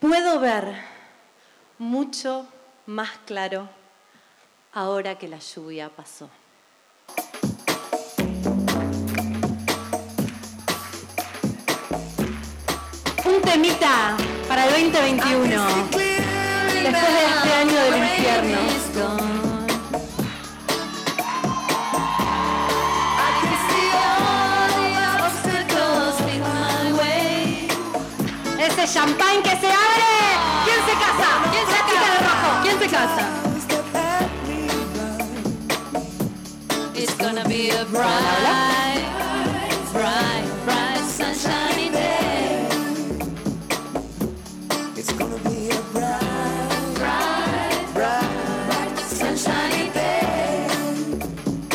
Puedo ver mucho más claro ahora que la lluvia pasó. Un temita para el 2021, después de este año del infierno. Ese champán que se abre. ¿Quién se casa? ¿Quién se casa de rojo? ¿Quién se casa? It's gonna be a bright, bright, bright sunshiny day. It's gonna be a bright, Bright, bright, bright sunshiny day.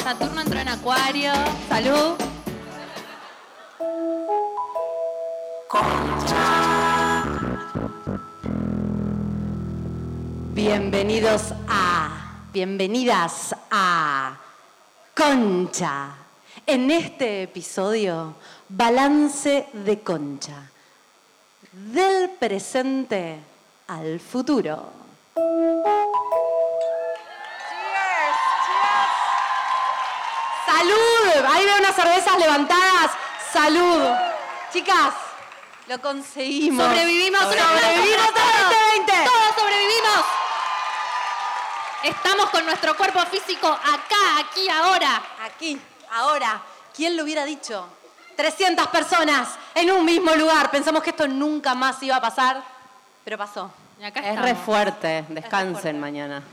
Saturno entró en Acuario. Salud. Bienvenidos a, bienvenidas a Concha. En este episodio, balance de Concha. Del presente al futuro. ¡Salud! Ahí veo unas cervezas levantadas. ¡Salud! Chicas, lo conseguimos. Sobrevivimos. Un aplauso ¡Sobrevivimos para todos. a este 20! Todos sobrevivimos. Estamos con nuestro cuerpo físico acá, aquí, ahora. Aquí, ahora, ¿quién lo hubiera dicho? 300 personas en un mismo lugar. Pensamos que esto nunca más iba a pasar, pero pasó. Y acá Es re estamos. Es fuerte, re fuerte. descansen mañana.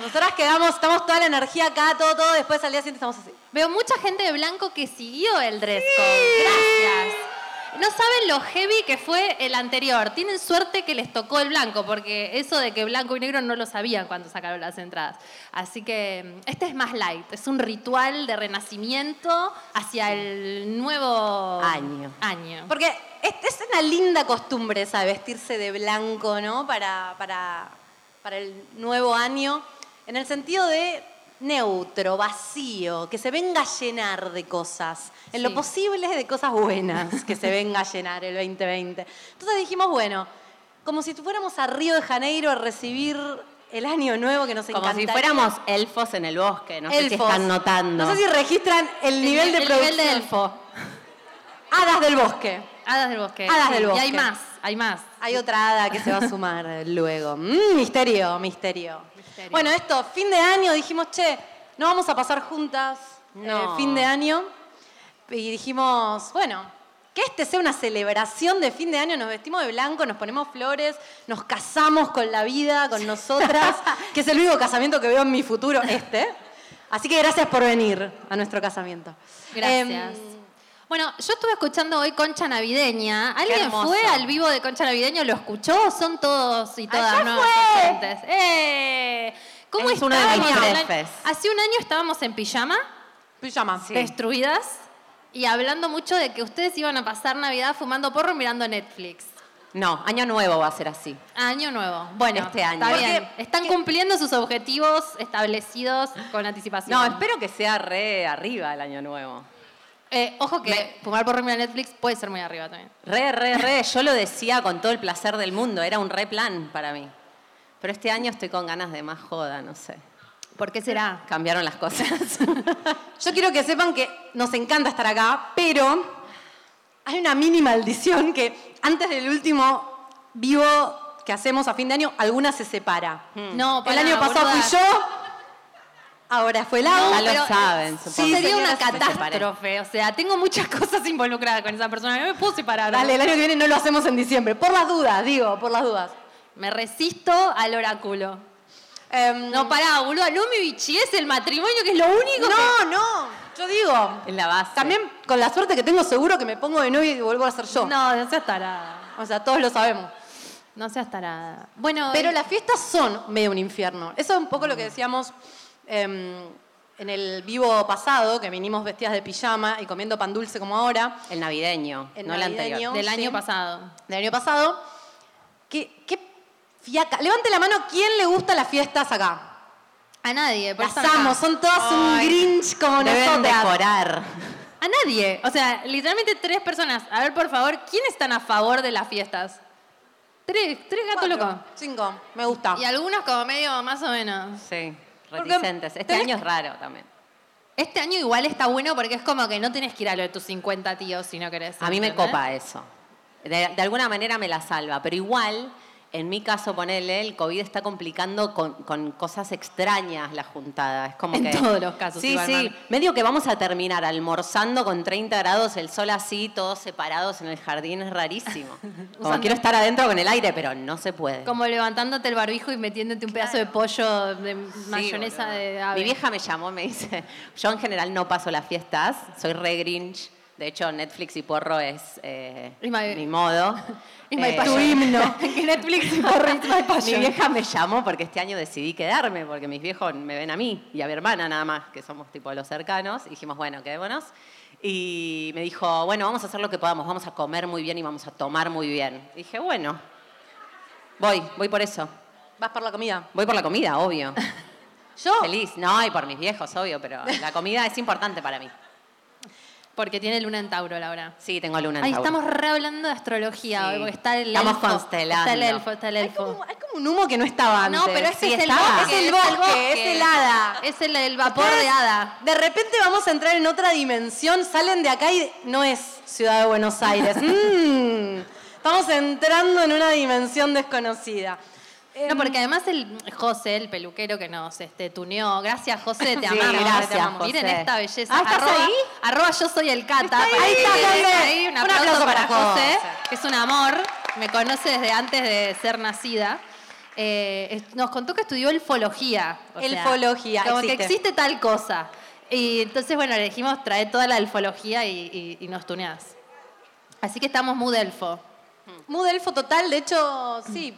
Nosotras quedamos, estamos toda la energía acá, todo, todo. Después al día siguiente estamos así. Veo mucha gente de blanco que siguió el dress code. Gracias. No saben lo heavy que fue el anterior. Tienen suerte que les tocó el blanco, porque eso de que blanco y negro no lo sabían cuando sacaron las entradas. Así que mm, este es más light. Es un ritual de renacimiento hacia el nuevo Año. año. Porque es, es una linda costumbre esa de vestirse de blanco, ¿no? Para, para, para el nuevo año, en el sentido de neutro, vacío, que se venga a llenar de cosas, en lo Sí. posible de cosas buenas, que se venga a llenar el 2020. Entonces dijimos, bueno, como si fuéramos a Río de Janeiro a recibir el año nuevo que nos Como si encantaría. fuéramos elfos en el bosque, no sé si Elfos. están notando. No sé si registran el nivel de el producción. nivel de elfo. Hadas del bosque. Hadas del bosque. Hadas del Y bosque. hay más, hay más. Hay otra hada que se va a sumar eh, luego. Mm, misterio, misterio, Misterio. Bueno, esto, fin de año, dijimos, che, no vamos a pasar juntas No. eh, fin de año. Y dijimos, bueno, que este sea una celebración de fin de año, nos vestimos de blanco, nos ponemos flores, nos casamos con la vida, con nosotras, que es el único casamiento que veo en mi futuro, este. Así que gracias por venir a nuestro casamiento. Gracias. Em, bueno, yo estuve escuchando hoy Concha Navideña. ¿Alguien hermoso. fue al vivo de Concha Navideña? ¿Lo escuchó? Son todos y todas Allá nuevos fue. oyentes. ¡Eh! ¿Cómo Es uno de estábamos? mis Hablan- prefes. Hace un año estábamos en pijama, pijama. destruidas, y hablando mucho de que ustedes iban a pasar Navidad fumando porro mirando Netflix. No, año nuevo va a ser así. Año nuevo. Bueno, Este año. está bien. Porque- Están que- cumpliendo sus objetivos establecidos con anticipación. No, espero que sea re arriba el año nuevo. Eh, ojo que fumar porro mirando Netflix puede ser muy arriba también. Re, re, re. Yo lo decía con todo el placer del mundo, era un re plan para mí. Pero este año estoy con ganas de más joda, no sé. ¿Por qué será? Cambiaron las cosas. Yo quiero que sepan que nos encanta estar acá, pero hay una mini maldición que antes del último vivo que hacemos a fin de año, alguna se separa. No, el pará, año pasado boluda. fui yo, ahora fue Lau. ya pero- lo saben, supongo. Sí, sería señora, una se separó. catástrofe. O sea, tengo muchas cosas involucradas con esa persona. No me puedo separar. Dale, el año que viene no lo hacemos en diciembre, por las dudas, digo, por las dudas. Me resisto al oráculo. Em, No, pará, boludo. Lumi es el matrimonio, que es lo único que... no, no, yo digo. Es la base. También con la suerte que tengo seguro que me pongo de novia y vuelvo a ser yo. No, no seas tarada. O sea, todos lo sabemos. No seas tarada. Bueno, Pero eh, las fiestas son medio un infierno. Eso es un poco lo que decíamos em, en el vivo pasado, que vinimos vestidas de pijama y comiendo pan dulce como ahora, El navideño, El no el navideño. anterior. del sí. año pasado. del año pasado. ¿Qué, qué fiaca? Levante la mano, ¿quién le gusta las fiestas acá? A nadie. por Las eso acá. amo, son todas un Ay, grinch como Deben nosotras. decorar. A nadie. O sea, literalmente tres personas. A ver, por favor, ¿quiénes están a favor de las fiestas? Tres, tres gatos Cuatro, locos. Cinco, me gusta. Y algunos como medio más o menos. Sí, Porque reticentes. Este tenés- año es raro también. Este año igual está bueno porque es como que no tenés que ir a lo de tus 50 tíos si no querés. A mí me ¿entendés? copa eso. De, de alguna manera me la salva, pero igual, en mi caso, ponele, el COVID está complicando con, con cosas extrañas la juntada. Es como En que- todos los casos, Sí, igual, sí. Mar. Medio que vamos a terminar almorzando con 30 grados, el sol así, todos separados en el jardín, es rarísimo. Como Usando- quiero estar adentro con el aire, pero no se puede. Como levantándote el barbijo y metiéndote un pedazo de pollo de Sí, mayonesa boludo. de ave. Mi vieja me llamó, me dice, yo en general no paso las fiestas, soy re grinch. De hecho, Netflix y porro es eh, Is my- mi modo. Is my Eh, passion. tu himno. Que Netflix y por It's My mi Passion. vieja me llamó porque este año decidí quedarme, porque mis viejos me ven a mí y a mi hermana nada más, que somos tipo los cercanos. Y dijimos, bueno, quedémonos. Y me dijo, bueno, vamos a hacer lo que podamos, vamos a comer muy bien y vamos a tomar muy bien. Y dije, bueno, voy, voy por eso. Vas por la comida. Voy por la comida, obvio. Yo, Feliz, no, y por mis viejos, obvio, pero la comida es importante para mí. Porque tiene luna en Tauro, Laura. Sí, tengo luna en Ahí Tauro. estamos re hablando de astrología Sí. hoy, porque está el Estamos elfo. constelando. Está el elfo, está el hay elfo. como, hay como un humo que no estaba antes. No, pero ese Sí, es, el estaba. bosque, Es el bosque, es el hada. Es el, el vapor de hada. De repente vamos a entrar en otra dimensión, salen de acá y no es Ciudad de Buenos Aires. Mm. Estamos entrando en una dimensión desconocida. Em, No, porque además el José, el peluquero que nos este, tuneó. Gracias, José, te Sí, amamos. gracias, te amamos. Miren José. esta belleza. Ah, ¿estás arroba, ahí? arroba yo soy el Cata. ahí. Ahí está, José. Un aplauso, para, José, José. que es un amor. Me conoce desde antes de ser nacida. Eh, es- nos contó que estudió elfología. o sea, Elfología, como que existe. existe tal cosa. Y entonces, bueno, le dijimos, trae toda la elfología y, y- y nos tuneás. Así que estamos muy delfo. Mudelfo total, de hecho, sí.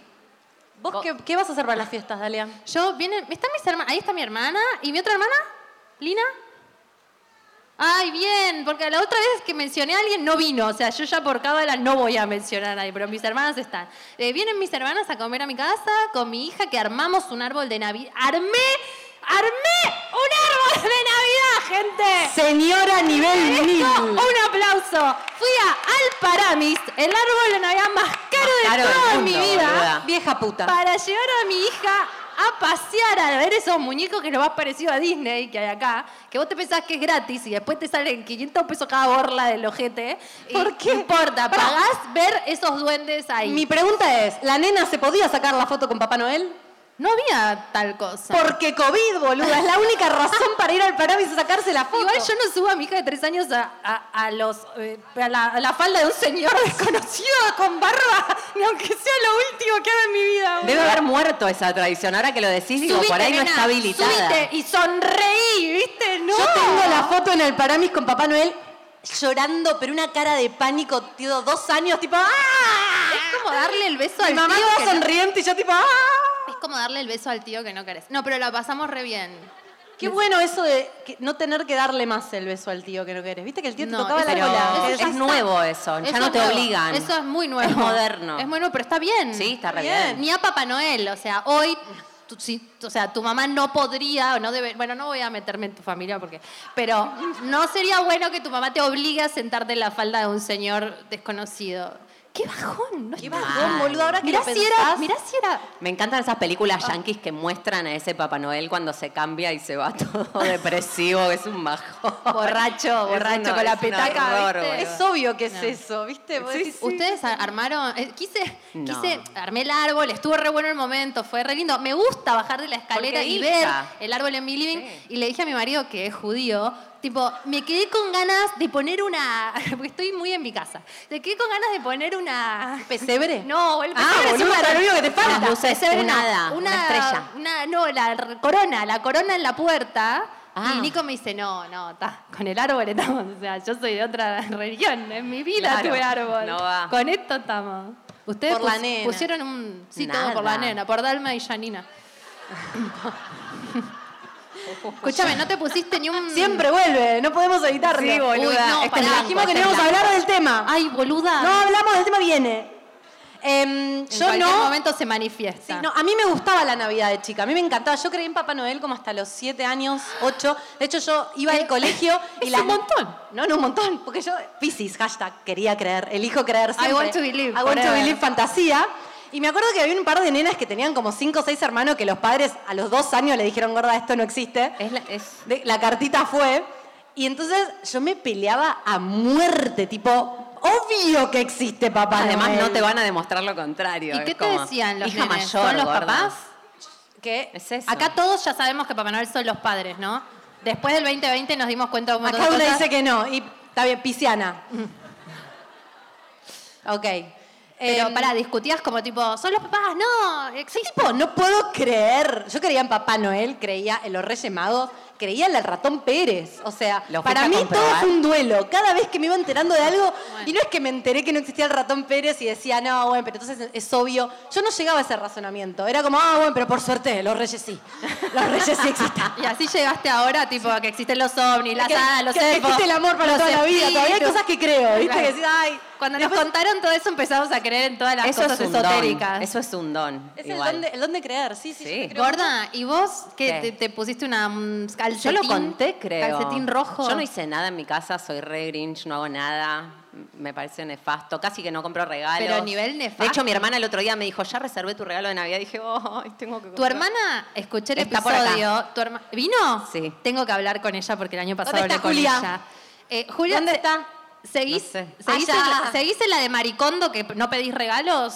¿Vos qué, qué vas a hacer para las fiestas, Dalia? Yo vienen, están mis hermanas, ahí está mi hermana y mi otra hermana, Lina. Ay, bien, porque la otra vez que mencioné a alguien no vino, o sea, yo ya por cábala no voy a mencionar a nadie, pero mis hermanas están. Eh, vienen mis hermanas a comer a mi casa con mi hija que armamos un árbol de Navidad. ¡Armé! ¡Armé un árbol de Navidad, gente! Señora nivel Merezco mil. un aplauso. Fui a Alparamis, el árbol de Navidad más caro de caro del toda mundo, mi vida. boluda. Vieja puta. Para llevar a mi hija a pasear, a ver esos muñecos que es lo más parecido a Disney que hay acá, que vos te pensás que es gratis y después te salen 500 pesos cada borla del ojete. Y ¿Por qué? No importa, Pará. pagás ver esos duendes ahí. Mi pregunta es, ¿la nena se podía sacar la foto con Papá Noel? No había tal cosa. Porque COVID, boluda, es la única razón para ir al Paramis a sacarse la foto. Igual yo no subo a mi hija de tres años a, a- a los, eh, a la, a la falda de un señor desconocido con barba, ni aunque sea lo último que haga en mi vida. boludo. Debe haber muerto esa tradición. Ahora que lo decís, digo, Subite, por ahí no nena, está habilitada. subite y sonreí, ¿viste? No. Yo tengo la foto en el Paramis con Papá Noel llorando, pero una cara de pánico, tío, dos años, tipo ¡ah! Es como darle el beso Mi al mamá tío. que toda no- sonriente y yo tipo ¡ah! Es como darle el beso al tío que no querés. No, pero la pasamos re bien. Qué bueno eso de que- no tener que darle más el beso al tío que no querés. Viste que el tío No, te tocaba la pero cola. Eso es ya está. nuevo eso, ya Eso no es te nuevo. obligan. Eso es muy nuevo. Es moderno. Es muy nuevo, pero está bien. Sí, está re Bien. bien. Ni a Papá Noel, o sea, hoy, tu, si- o sea, tu mamá no podría, o no debe, bueno, no voy a meterme en tu familia porque, pero no sería bueno que tu mamá te obligue a sentarte en la falda de un señor desconocido. Qué bajón, no Qué está- bajón, boludo. Ahora que Mirá lo si era, pensás- mirá si era Me encantan esas películas yanquis que muestran a ese Papá Noel cuando se cambia y se va todo depresivo, es un majón. borracho, Es borracho una- con la es una petaca, horror, ¿viste? boludo. Es obvio que es No. eso, ¿viste? Vos decís, Ustedes a- armaron, eh, quise, No. quise, armé el árbol, estuvo re bueno el momento, fue re lindo. Me gusta bajar de la escalera Porque ah, y dista. ver el árbol en mi living. Y le dije a mi marido, que es judío, tipo, me quedé con ganas de poner una, porque estoy muy en mi casa, me quedé con ganas de poner una... ¿Pesebre? No, Ah, el pesebre es un boluda, montón. lo único que te falta. Ah, Las luces, Pesebre una- no, este, una estrella. una- no, la r- corona, la corona en la puerta. Ah. Y Nico me dice, no, no, está, con el árbol estamos. O sea, yo soy de otra religión. En mi vida Claro, tuve árbol. no va. Con esto estamos. Ustedes Por la pus- nena. pusieron un... Sí, todo Nada. por la nena, por Dalma y Janina. Escúchame, no te pusiste ni un... Siempre vuelve, no podemos evitarlo. Mm. Sí, boluda. Uy, no, Este pará. es blanco, Dijimos que no este es íbamos a blanco. ah. hablar del tema. Ay, boluda. No hablamos del tema, viene. Em, en yo cualquier no. momento se Sí, manifiesta. no, a mí me gustaba la Navidad de chica, a mí me encantaba. Yo creí en Papá Noel como hasta los 7 años, 8. De hecho, yo iba al colegio y es las- un montón. No, no, un montón. Porque yo, Pisces, hashtag, quería creer, elijo creer siempre. want to believe, I want to forever. believe fantasía. Y me acuerdo que había un par de nenas que tenían como cinco o seis hermanos que los padres a los dos años le dijeron, gorda, esto no existe. Es la- es- De- la cartita fue. Y entonces yo me peleaba a muerte, tipo, obvio que existe papá. Además, Noel. no te van a demostrar lo contrario. ¿Y es qué te como, decían los Hija nenes? mayor, ¿Son los gorda". papás? Que Es eso. Acá todos ya sabemos que Papá Noel son los padres, ¿no? Después del 2020 nos dimos cuenta de un montón acá de una cosas. dice que no. Y está bien, pisciana. ok. Pero Em, pará, discutías como tipo, son los papás, no, existe. tipo, no puedo creer. Yo creía en Papá Noel, creía en los Reyes Magos, creía en el ratón Pérez. O sea, ¿Lo fuiste para a mí todo comprobar? fue un duelo. Cada vez que me iba enterando de algo, y no es que me enteré que no existía el ratón Pérez y decía, no, bueno, pero entonces es obvio. Yo no llegaba a ese razonamiento. Era como, ah, bueno, pero por suerte, los Reyes sí. Los Reyes sí existen. Y así llegaste ahora, tipo, que existen los ovnis, las que, hadas, los que- que elfos, existe el amor para los toda la vida. Todavía hay espíritus. cosas que creo, ¿viste? Claro. Que decís, ay, Cuando después- nos contaron todo eso empezamos a creer en todas las Eso cosas es un esotéricas. don. Eso es un don. Es igual. el don, de, el don de creer, sí, sí. Sí. yo te creo mucho. Gorda, ¿y vos que ¿Qué? te, te pusiste una mm, Yo calcetín? lo conté, creo. Calcetín rojo. Yo no hice nada en mi casa, soy re grinch, no hago nada. Me parece nefasto, casi que no compro regalos. Pero a nivel nefasto. De hecho, mi hermana el otro día me dijo, ya reservé tu regalo de Navidad. Y dije, ay, tengo que Tu comprar". hermana, escuché el Está por acá. episodio. ¿Tu herma- ¿Vino? Sí. Tengo que hablar con ella porque el año pasado ¿Dónde está hablé con Julia? ella. Eh, Julia, ¿Dónde se- está? ¿Seguís, No sé. seguís Allá. en la, seguís en la de Maricondo que no pedís regalos?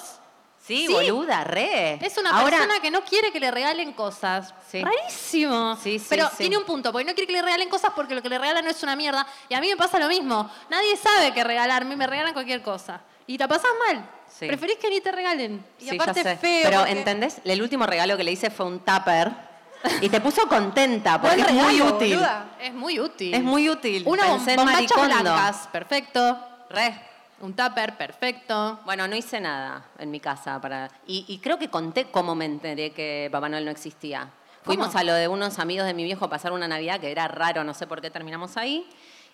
Sí, Sí. boluda, re. Es una Ahora, persona que no quiere que le regalen cosas. Sí. Rarísimo. Sí, sí, Pero sí. tiene un punto, porque no quiere que le regalen cosas porque lo que le regalan no es una mierda. Y a mí me pasa lo mismo. Nadie sabe qué regalarme, me regalan cualquier cosa. Y la pasás mal. Sí. Preferís que ni te regalen. Y sí, aparte ya sé. feo, Pero, porque- ¿entendés? El último regalo que le hice fue un tupper. Y te puso contenta, porque Buen es muy regalo, útil. boluda. Es muy útil. Es muy útil. Una bom- Pensé en bombachas Maricondo. blancas, perfecto. Re. Un tupper, perfecto. Bueno, no hice nada en mi casa para. Y, y creo que conté cómo me enteré que Papá Noel no existía. Fuimos a lo de unos amigos de mi viejo a pasar una Navidad que era raro, no sé por qué terminamos ahí,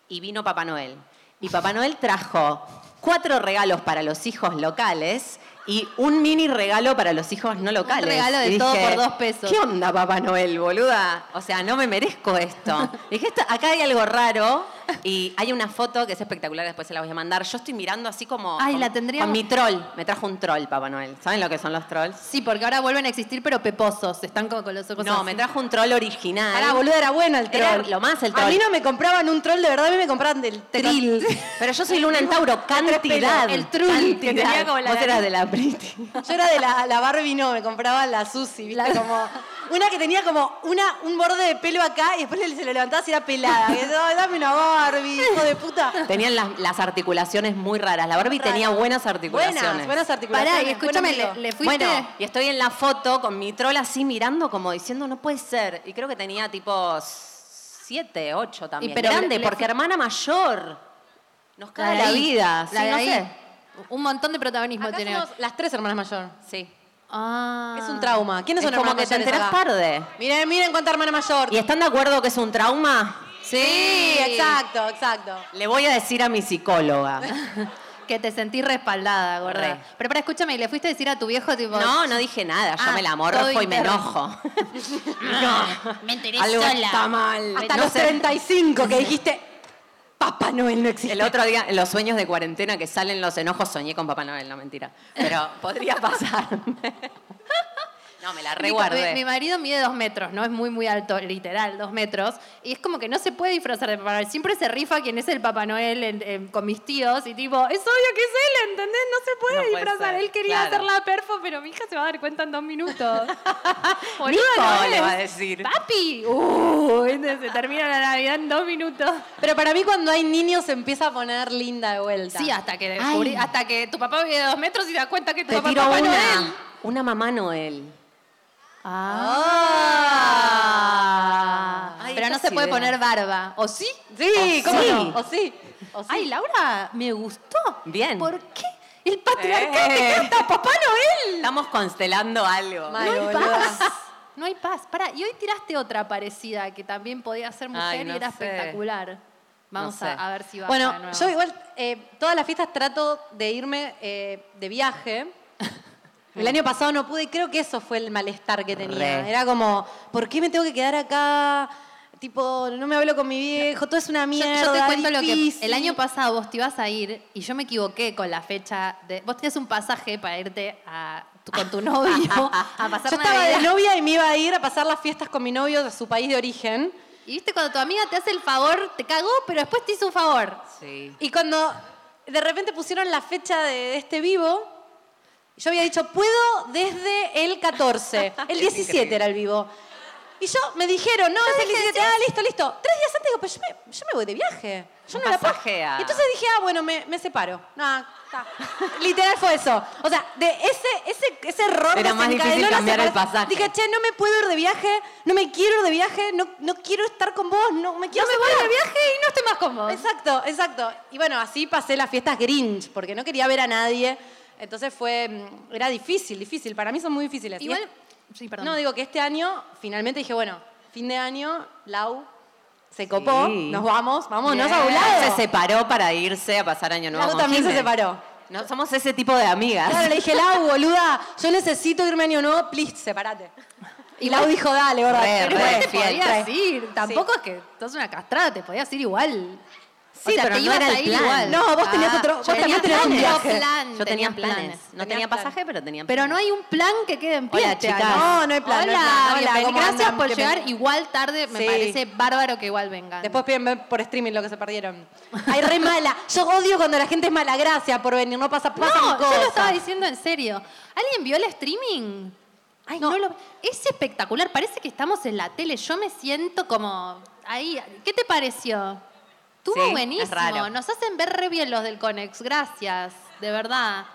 y vino Papá Noel. Y Papá Noel trajo cuatro regalos para los hijos locales y un mini regalo para los hijos no locales. regalo de Y todo por dos pesos. ¿Qué onda, Papá Noel, boluda? O sea, no me merezco esto. Dije, "Esto- acá hay algo raro y hay una foto que es espectacular, después se la voy a mandar. Yo estoy mirando así como Ay, con- la tendríamos- Con mi troll. Me trajo un troll, Papá Noel. ¿Saben lo que son los trolls? Sí, porque ahora vuelven a existir, pero peposos. Están como con los ojos No, así. me trajo un troll original. Pará, boludo, era bueno el troll. Era lo más el A troll. mí no me compraban un troll de verdad, a mí me compraban del trill. Pero yo soy Luna en Tauro, cantidad. El trull, que tenía como la Vos eras nariz. de la Pretty. Yo era de la, la Barbie, no, me compraba la Susi, ¿viste? Como una que tenía como una, un borde de pelo acá y después se lo levantabas y era pelada. Que, "Ay, dame una Barbie, hijo de puta. Tenían las, las articulaciones muy raras. La Barbie Rara. tenía buenas articulaciones. Buenas, buenas articulaciones. Pará, y escúchame, buen amigo. le, le fuiste. Bueno, y estoy en la foto con mi troll así mirando como diciendo, no puede ser. Y creo que tenía tipo siete, ocho también. Y pero Grande, le- le porque fui- hermana mayor. Nos caga la, de ahí, vida. la Sí, de no ahí. sé. Un montón de protagonismo Acá tiene. somos las tres hermanas mayor. Sí. Ah. Es un trauma. ¿Quiénes Es son como que hermanas te mayores enterás acá? tarde. Miren, miren cuánta hermana mayor. ¿Y están de acuerdo que es un trauma? Sí, exacto, exacto. Le voy a decir a mi psicóloga. Que te sentís respaldada, gorda. Re. Pero para escúchame, ¿y le fuiste a decir a tu viejo, tipo. No, no dije nada. Yo Ah, me la todo morfo y me interno. enojo. no. Me enteré Algo sola. está mal. Hasta No los sé. 35 que dijiste, Papá Noel no existe. El otro día, en los sueños de cuarentena que salen los enojos, soñé con Papá Noel, no mentira. Pero podría pasarme. No, me la Mi- Mi, mi reguardé. marido mide dos metros, ¿no? Es muy, muy alto, literal, dos metros. Y es como que no se puede disfrazar de Papá Noel. Siempre se rifa quien es el Papá Noel en- en- con mis tíos. Y tipo, es obvio que es él, ¿entendés? No se puede No puede disfrazar. ser, él quería claro. hacer la perfo, pero mi hija se va a dar cuenta en dos minutos. Boluda, Nico ¿no le ves? va a decir. ¡Papi! Uy, se termina la Navidad en dos minutos. Pero para mí cuando hay niños se empieza a poner linda de vuelta. Sí, hasta que descubrí- hasta que tu papá vive dos metros y te das cuenta que tu Te papá es tiro Papá una. Noel. Una mamá Noel. Ah. Ay, Pero esta no se sí puede era. poner barba. ¿O sí? Sí, ¿cómo sí. no? O sí. O sí. Ay, Laura, me gustó. Bien. ¿Por qué? El patriarcado Eh. te canta Papá Noel. Estamos constelando algo. Mal, no hay boluda. paz. No hay paz. Pará, y hoy tiraste otra parecida que también podía ser mujer Ay, no y era sé. espectacular. Vamos sé. a, a ver si va de Bueno, nuevo. yo igual eh, todas las fiestas trato de irme eh, de viaje. El año pasado no pude y creo que eso fue el malestar que tenía. Re. Era como, ¿por qué me tengo que quedar acá? tipo, no me hablo con mi viejo, todo es una Yo- mierda. yo te cuento lo que difícil. el año pasado vos te ibas a ir y yo me equivoqué con la fecha de vos tenías un pasaje para irte a tu- con tu novio a pasar Yo estaba Navidad. de novia y me iba a ir a pasar las fiestas con mi novio de su país de origen. Y viste cuando tu amiga te hace el favor, te cagó, pero después te hizo un favor. Sí. Y cuando de repente pusieron la fecha de este vivo, yo había dicho, puedo desde el 14. El Es 17 increíble. era el vivo. Y yo me dijeron, no, es el dije, 17, sí, ah, listo, listo. Tres días antes digo, pero yo me, yo me voy de viaje. Yo Un no la puedo. pasaje a- Y Entonces dije, ah, bueno, me, me separo. Ah, está. Literal fue eso. O sea, de ese, ese, ese error Era más difícil desencadenó la cambiar el separación. pasaje. Dije, che, no me puedo ir de viaje, no me quiero ir de viaje, no, no quiero estar con vos, no me quiero No me voy separar. de viaje y no estoy más con vos. Exacto, exacto. Y bueno, así pasé las fiestas Grinch, porque no quería ver a nadie. Entonces fue, mm, era difícil, difícil. Para mí son muy difíciles. Y Igual, es- sí, perdón. no, digo que este año, finalmente dije, bueno, fin de año, Lau se copó, Sí. nos vamos, vámonos Bien. a un lado. Se separó para irse a pasar año nuevo. Lau con también se Jimé. separó. No, somos ese tipo de amigas. Claro, le dije, Lau, boluda, yo necesito irme año nuevo, please, separate. Y Lau dijo, dale, gorda. Re, pero Pero re, bueno, te fiel, podías re. ir. Tampoco es que sos una castrada, te podías ir igual. Sí, pero no era el plan. No, vos tenías otro- vos Ah. yo también tenías un planes. viaje. Plan, Yo tenía planes. No Tenías tenía planes. pasaje, pero tenía Pero no hay un plan que quede en pie. Hola, este chicas. año. No, no hay plan, no hay plan. Hola, Hola, bienvenidas. ¿cómo Gracias andan? por Qué llegar. pena. Igual tarde, me Sí. parece bárbaro que igual vengan. Después pueden ver por streaming lo que se perdieron. Ay, re mala. Yo odio cuando la gente es mala gracia por venir, no pasa, pasan no, cosas. yo lo estaba diciendo en serio. ¿Alguien vio el streaming? Ay, no. lo... Es espectacular. Parece que estamos en la tele. Yo me siento como... Ahí. ¿Qué te pareció? Estuvo Sí, es buenísimo. raro. Nos hacen ver re bien los del Conex. Gracias. De verdad.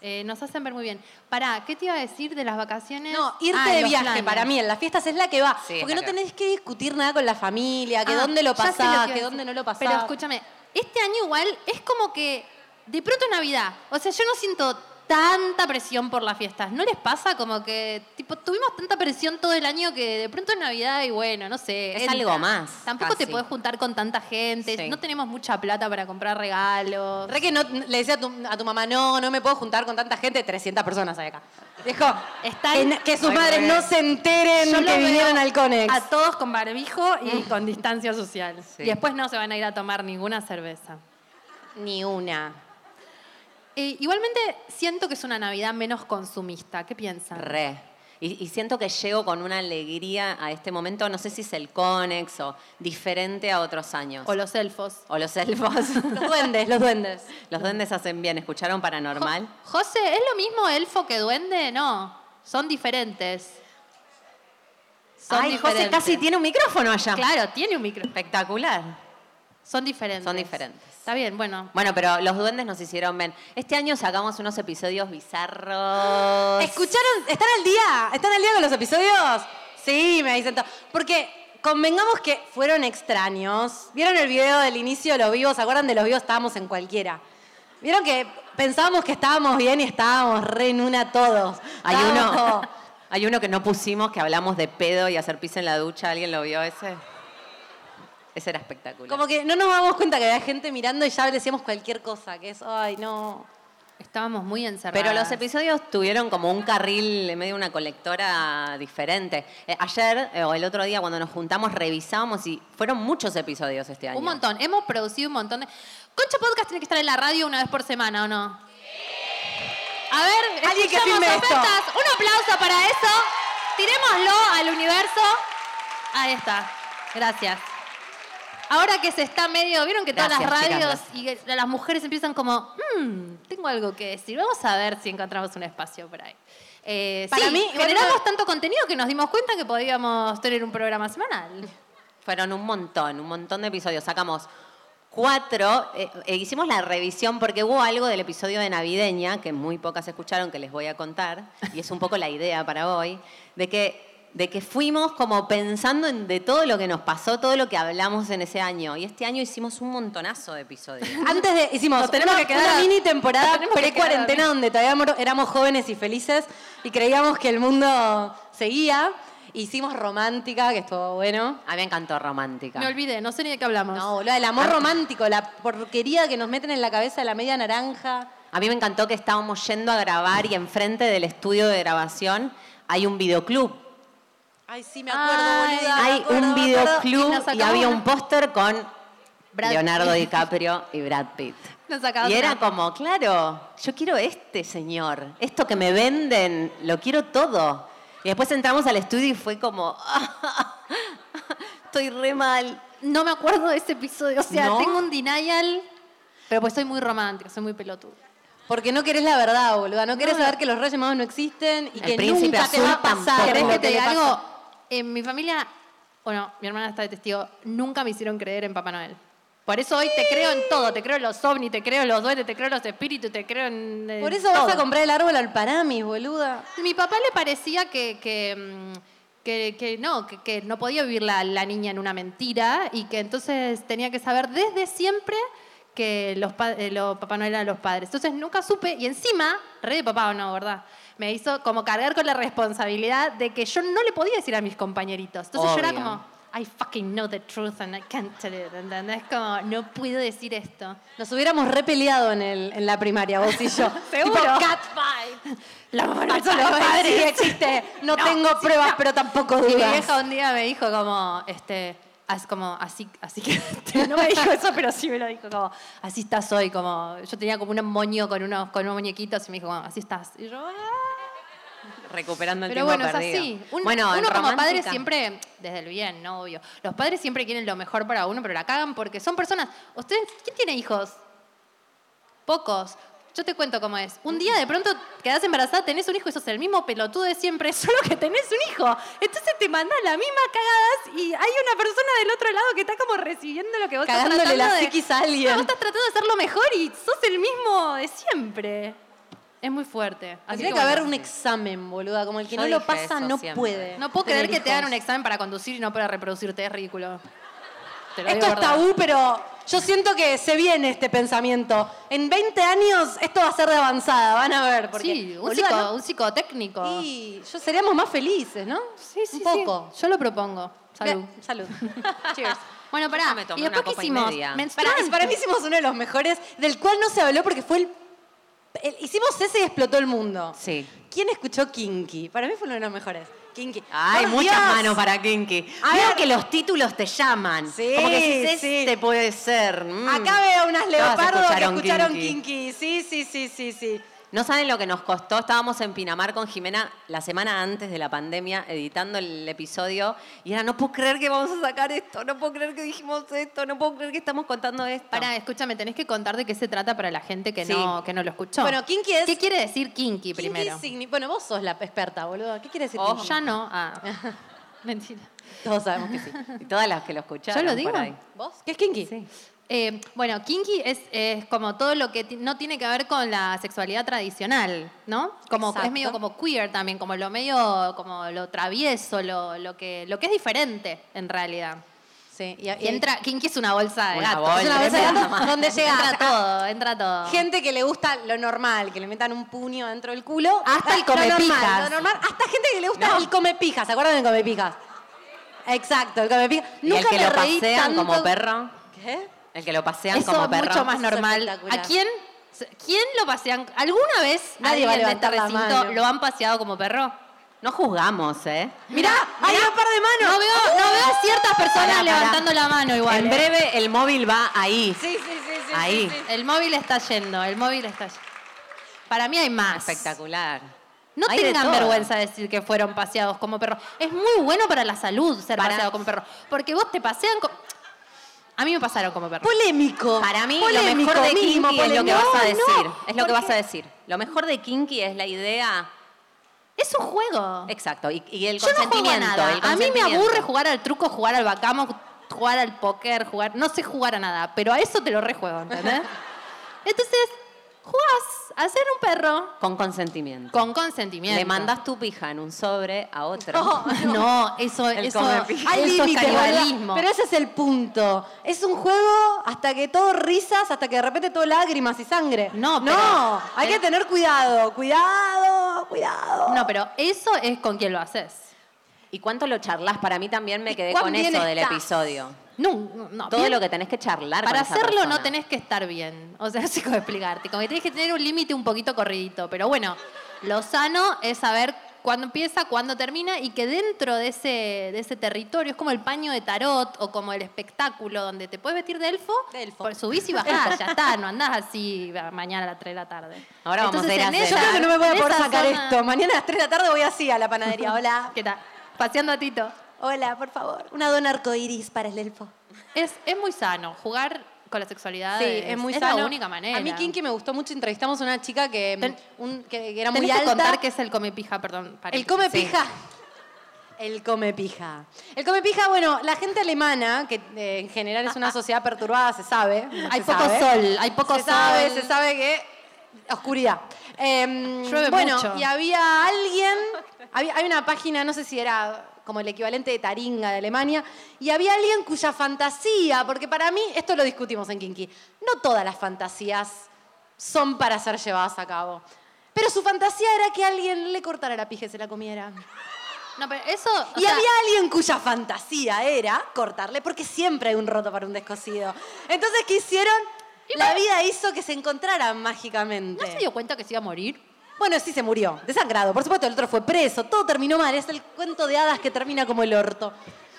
Eh, nos hacen ver muy bien. Pará, ¿qué te iba a decir de las vacaciones? No, irte Ah, de los viaje planes. para mí en las fiestas es la que va. Sí, es porque la no que va. tenés que discutir nada con la familia, que Ah, dónde lo ya sé pasás, que que, iba a dónde decir. no lo pasás. Pero escúchame, este año igual es como que de pronto es Navidad. O sea, yo no siento tanta presión por las fiestas. ¿No les pasa como que tipo tuvimos tanta presión todo el año que de pronto es Navidad y bueno, no sé, Es algo más, Tampoco te casi. podés juntar con tanta gente, Sí. no tenemos mucha plata para comprar regalos. Re que no, le decía a tu, a tu mamá, no, no me puedo juntar con tanta gente, 300 personas hay acá. Dijo, Están- que, na- que sus Ay, madres re. no se enteren Yo que los veo vinieron al Conex. Mm. A todos con barbijo y con distancia social. Sí. Y después no se van a ir a tomar ninguna cerveza. Ni una. Eh, igualmente siento que es una Navidad menos consumista. ¿Qué piensan? Re. Y, y siento que llego con una alegría a este momento, no sé si es el Conex o diferente a otros años. O los elfos. O los elfos. Los duendes, los duendes. los duendes hacen bien, ¿escucharon paranormal? Jo- José, ¿es lo mismo elfo que duende? No, son diferentes. Son Ay, José diferentes. casi tiene un micrófono allá. Claro, tiene un micro. Espectacular. Son diferentes. Son diferentes. Está bien, bueno. Bueno, pero los duendes nos hicieron bien. Este año sacamos unos episodios bizarros. ¿Escucharon? ¿Están al día? ¿Están al día con los episodios? Sí, me dicen todo. Porque convengamos que fueron extraños. ¿Vieron el video del inicio de los vivos? ¿Se acuerdan de los vivos? Estábamos en cualquiera. ¿Vieron que pensábamos que estábamos bien y estábamos re en una todos? Hay Estábamos uno, como- hay uno que no pusimos, que hablamos de pedo y hacer pis en la ducha. ¿Alguien lo vio ese? Ese era espectacular. Como que no nos damos cuenta que había gente mirando y ya le decíamos cualquier cosa, que es, ay, no. Estábamos muy encerrados. Pero los episodios tuvieron como un carril en medio de una colectora diferente. Eh, ayer eh, o el otro día cuando nos juntamos revisábamos y fueron muchos episodios este año. Un montón. Hemos producido un montón de. Concha Podcast tiene que estar en la radio una vez por semana, ¿o no? A ver, Alguien que escuchamos filme esto. ofertas. Un aplauso para eso. Tirémoslo al universo. Ahí está. Gracias. Ahora que se está medio, vieron que todas las Gracias, radios chicas, y que las mujeres empiezan como, "Mm, tengo algo que decir. Vamos a ver si encontramos un espacio por ahí. Eh, Para sí, mí, igual generamos no- tanto contenido que nos dimos cuenta que podíamos tener un programa semanal. Fueron un montón, un montón de episodios. Sacamos cuatro. eh, eh, hicimos la revisión porque hubo algo del episodio de Navideña, que muy pocas escucharon, que les voy a contar, y es un poco la idea para hoy, de que de que fuimos como pensando en de todo lo que nos pasó, todo lo que hablamos en ese año. Y este año hicimos un montonazo de episodios. Antes de, hicimos Nos tenemos una, que quedar una a- mini temporada nos tenemos que quedar pre-cuarentena donde todavía mor- éramos jóvenes y felices y creíamos que el mundo seguía. Hicimos romántica, que estuvo bueno. A mí me encantó Romántica. Me olvidé, no sé ni de qué hablamos. No, boludo, el amor romántico, la porquería que nos meten en la cabeza de la media naranja. A mí me encantó que estábamos yendo a grabar y enfrente del estudio de grabación hay un videoclub. Ay, sí, me acuerdo, Ay, boluda. me Hay acuerdo, un me acuerdo. y videoclub nos y, sacamos había una- un póster con Brad Leonardo Pitt. DiCaprio y Brad Pitt. Nos acabas Y de- era como, claro, yo quiero este señor, esto que me venden, lo quiero todo. Y después entramos al estudio y fue como, estoy re mal. No me acuerdo de ese episodio. O sea, ¿No? tengo un denial, pero pues soy muy romántica, soy muy pelotuda. Porque no querés la verdad, boluda. No querés saber que los Reyes Magos no existen y El que príncipe nunca te azul va a tampoco. pasar. ¿Querés lo que te le diga pasó. algo? En mi familia, bueno, mi hermana está de testigo, nunca me hicieron creer en Papá Noel. Por eso hoy te creo en todo. Te creo en los ovnis, te creo en los duendes, te creo en los espíritus, te creo en. en Por eso vas todo. a comprar el árbol al Paramis, boluda. Mi papá le parecía que, que, mm, que- que no, que, que no podía vivir la, la niña en una mentira y que entonces tenía que saber desde siempre que los, pa- eh, los papá no eran los padres. Entonces nunca supe y encima, re de papá o no, ¿verdad? Me hizo como cargar con la responsabilidad de que yo no le podía decir a mis compañeritos. Entonces yo era Obvio. como, I fucking know the truth and I can't tell it. ¿Entendés? Como, no puedo decir esto. Nos hubiéramos repeleado en, el, en la primaria, vos y yo. Seguro. Tipo, catfight. La mamá no Eso sabe lo decir. padre existe. No, No, tengo sí, pruebas, no. pero tampoco Mi dudas. vieja un día me dijo como, este, as- como así, así que este, no me dijo eso, pero sí me lo dijo como, así estás hoy, como yo tenía como un moño con unos, con unos muñequitos y me dijo, como, así estás. Y yo, "Ah". Recuperando el pero tiempo bueno, es perdido. así. Un- Bueno, en uno como padre romántica- siempre, desde el bien, no obvio. Los padres siempre quieren lo mejor para uno, pero la cagan porque son personas. ¿Ustedes quién tiene hijos? Pocos. Yo te cuento cómo es. Un día de pronto quedás embarazada, tenés un hijo y sos el mismo pelotudo de siempre, solo que tenés un hijo. Entonces te mandan las mismas cagadas y hay una persona del otro lado que está como recibiendo lo que vos estás Cagándole tratando la de... psiquis a alguien. No, vos estás tratando de hacer lo mejor y sos el mismo de siempre. Es muy fuerte. Así Tendría que, bueno. haber un examen, boluda. Como el que Yo no lo dije pasa, eso no siempre. puede. No puedo tener creer que te hijos. hagan un examen para conducir y no para reproducirte, es ridículo. Te lo Esto digo es verdad. tabú, pero yo siento que se viene este pensamiento. En 20 años esto va a ser de avanzada, van a ver. Porque, Sí, un, boluda, psico- no- un psicotécnico. Y yo seríamos más felices, ¿no? Un poco. Yo lo propongo. Salud. Bien, salud. Cheers. Bueno, pará. Yo me tomé ¿Y una después qué copa y hicimos? media. Para, Menstruante. para mí hicimos uno de los mejores, del cual no se habló porque fue el, el- Hicimos ese y explotó el mundo. Sí. ¿Quién escuchó Kinky? Para mí fue uno de los mejores. Kinky. Hay Por muchas Dios. manos para Kinky. A Veo ver. que los títulos te llaman. Sí, como que si sí. este puede ser. mm. Acá veo unas Todas leopardo escucharon que escucharon Kinky. Kinky. Sí, sí, sí, sí, sí. No saben lo que nos costó. Estábamos en Pinamar con Jimena la semana antes de la pandemia editando el episodio y era, no puedo creer que vamos a sacar esto, no puedo creer que dijimos esto, no puedo creer que estamos contando esto. Pará, escúchame, tenés que contar de qué se trata para la gente que, Sí. no, que no lo escuchó. Bueno, kinky es- ¿Qué quiere decir Kinky kinky, primero? signi- bueno, vos sos la experta, boludo. ¿Qué quiere decir Oh, Oh, kinky? ya no. Ah. Mentira. Todos sabemos que sí. Y todas las que lo escucharon. ¿Yo lo digo? por ahí. ¿Vos? ¿Qué es kinky? Eh, bueno, kinky es, es como todo lo que ti- no tiene que ver con la sexualidad tradicional, ¿no? Como Exacto. es medio como queer también, como lo medio, como lo travieso, lo, lo que lo que es diferente en realidad. Sí. Y, Y entra, kinky es una bolsa de Una gatos. bolsa Es una bolsa de Tremendo. gatos donde llega Entra todo, entra todo. gente que le gusta lo normal, que le metan un puño dentro del culo. Hasta el Lo comepijas. normal, lo normal. hasta gente que le gusta el comepijas. ¿Se acuerdan del comepijas? Exacto, el comepijas. Y el Nunca que me lo reí pasean tanto- como perro. ¿Qué? El que lo pasean Eso como es perro. mucho más Eso es normal. espectacular. ¿A quién? ¿Quién lo pasean? ¿Alguna vez Nadie va a alguien de este levantar la recinto mano. lo han paseado como perro? No juzgamos, ¿eh? Mirá, hay un par de manos. No veo, no veo a ciertas personas Pará, pará. levantando la mano igual. En ¿eh? breve el móvil va ahí. Sí, sí, sí, sí. Ahí. sí, sí. El móvil está yendo, el móvil está yendo. Para mí hay más. Espectacular. No Hay de tengan todo. vergüenza de decir que fueron paseados como perros. Es muy bueno para la salud ser Para- paseado como perro. Porque vos te pasean co- A mí me pasaron como perro. Polémico. Para mí lo Polémico, mejor de Kinky mínimo es lo que polémico. vas a No, no, decir. es lo que porque- vas a decir. Lo mejor de Kinky es la idea. Es un juego. Exacto. Y, y el Yo no juego a consentimiento. nada. A el mí me consentimiento. aburre jugar al truco, jugar al bacamo, jugar al póker, jugar. No sé jugar a nada, pero a eso te lo rejuego, ¿entendés? Entonces, jugás a ser un perro Con consentimiento. con consentimiento. Le mandas tu pija en un sobre a otro. No, eso, El eso, come pija. Hay eso es límites, boluda. canibalismo. Pero ese es el punto. Es un juego hasta que todo risas, hasta que de repente todo lágrimas y sangre. No, no. pero- Hay que tener cuidado, cuidado, cuidado. No, pero eso es con quien lo haces. ¿Y cuánto lo charlas? Para mí también me ¿Y quedé cuán con bien eso del estás? episodio. No, no, no. Todo bien. lo que tenés que charlar. con para esa hacerlo persona. no tenés que estar bien. O sea, no sé cómo explicarte. Como que tenés que tener un límite un poquito corridito. Pero bueno, lo sano es saber cuándo empieza, cuándo termina y que dentro de ese, de ese territorio es como el paño de tarot o como el espectáculo donde te puedes vestir de elfo, De elfo. por- subís y bajás, ya está, no andás así a- mañana a las 3 de la tarde. Ahora vamos a ir a en hacer- Yo esa- creo que no me voy a en poder esa sacar zona- esto. Mañana a las 3 de la tarde voy así a la panadería. Hola. ¿Qué tal? Paseando a Tito. Hola, por favor. Una dona arcoiris para el elfo. Es, es muy sano jugar con la sexualidad. Sí, es muy es sano. la única manera. A mí Kinky me gustó mucho. Entrevistamos a una chica que, Ten- un- que- que era Tenés muy que alta. contar que es el come pija, perdón. El paréntesis. come Sí. pija. El come pija. El come pija, bueno, la gente alemana, que eh, en general es una sociedad perturbada, se sabe. no Hay se poco sabe. sol, hay poco se Sabe, sol. se sabe que. Oscuridad. Em, Llueve bueno, mucho. y había alguien. Había, hay una página, no sé si era como el equivalente de Taringa de Alemania, y había alguien cuya fantasía, porque para mí, esto lo discutimos en Kinky, no todas las fantasías son para ser llevadas a cabo. Pero su fantasía era que alguien le cortara la pija y se la comiera. No, pero eso. o Y sea, había alguien cuya fantasía era cortarle, porque siempre hay un roto para un descosido. Entonces, ¿qué hicieron? La vida hizo que se encontraran mágicamente. ¿No se dio cuenta que se iba a morir? Bueno, sí se murió, desangrado. Por supuesto, el otro fue preso, todo terminó mal. Es el cuento de hadas que termina como el orto.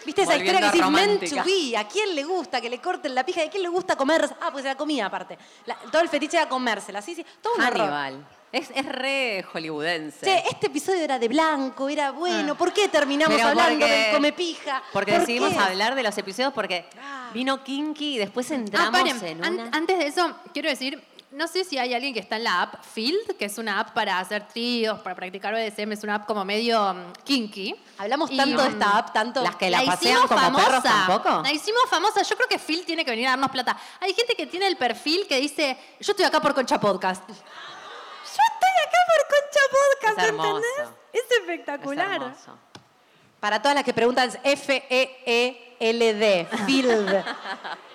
¿Viste esa Volviendo historia que decís, meant romántica. to be? ¿A quién le gusta que le corten la pija? ¿A quién le gusta comerse? Ah, pues se la comía aparte. La- todo el fetiche era comérsela, sí, sí. Todo un horror. Hannibal. Es, es re hollywoodense. Che, este episodio era de blanco, era bueno. Ah. ¿Por qué terminamos Pero hablando porque- del come pija? Porque ¿Por decidimos qué? hablar de los episodios porque vino Kinky y después Ah, entramos paren, en an- una... antes de eso, quiero decir, no sé si hay alguien que está en la app Field, que es una app para hacer tríos, para practicar BDSM, es una app como medio mm, kinky. Hablamos Y, tanto de mm, esta app, tanto. las que la hicimos pasean como perros tampoco. La hicimos famosa. Yo creo que Phil tiene que venir a darnos plata. Hay gente que tiene el perfil que dice, yo estoy acá por Concha Podcast. Yo estoy acá por Concha Es hermoso. Es espectacular. Es hermoso. Para todas las que preguntan, es E F-E-E-L-D, Field.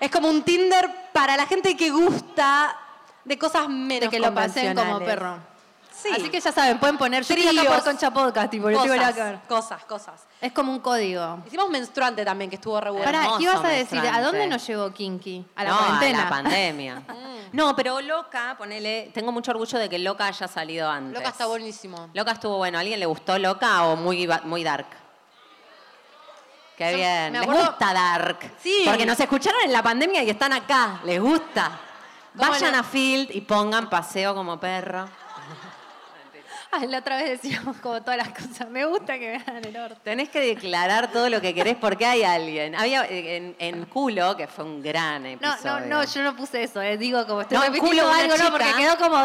es como un Tinder para la gente que gusta de cosas menos de que lo pasen como convencionales. perro. Sí. Así que ya saben, pueden poner yo estoy acá Tríos. por Concha Podcast, tipo, no tengo nada que ver. cosas, cosas, cosas. Es como un código. Hicimos menstruante también, que estuvo re bueno. Pará, Hermoso, ¿qué ibas a decir? ¿A mezclante. dónde nos llegó Kinky? A la no, cuarentena. A la pandemia. Mm. no, pero Loca, ponele, tengo mucho orgullo de que Loca haya salido antes. Loca está buenísimo. Loca estuvo bueno. ¿A alguien le gustó Loca o muy, ba- muy dark? Qué Yo bien. me Les acuerdo- gusta dark. Sí. Porque nos escucharon en la pandemia y están acá. Les gusta. ¿Cómo Vayan no? a Field y pongan paseo como perro. Ay, la otra vez decíamos como todas las cosas. Me gusta que me hagan el orto. Tenés que declarar todo lo que querés porque hay alguien. Había eh, en, en Culo, que fue un gran No, episodio. no, no, yo no puse eso. eh. Digo, como estoy No, en repitiendo culo una algo, no, porque chica. quedó como...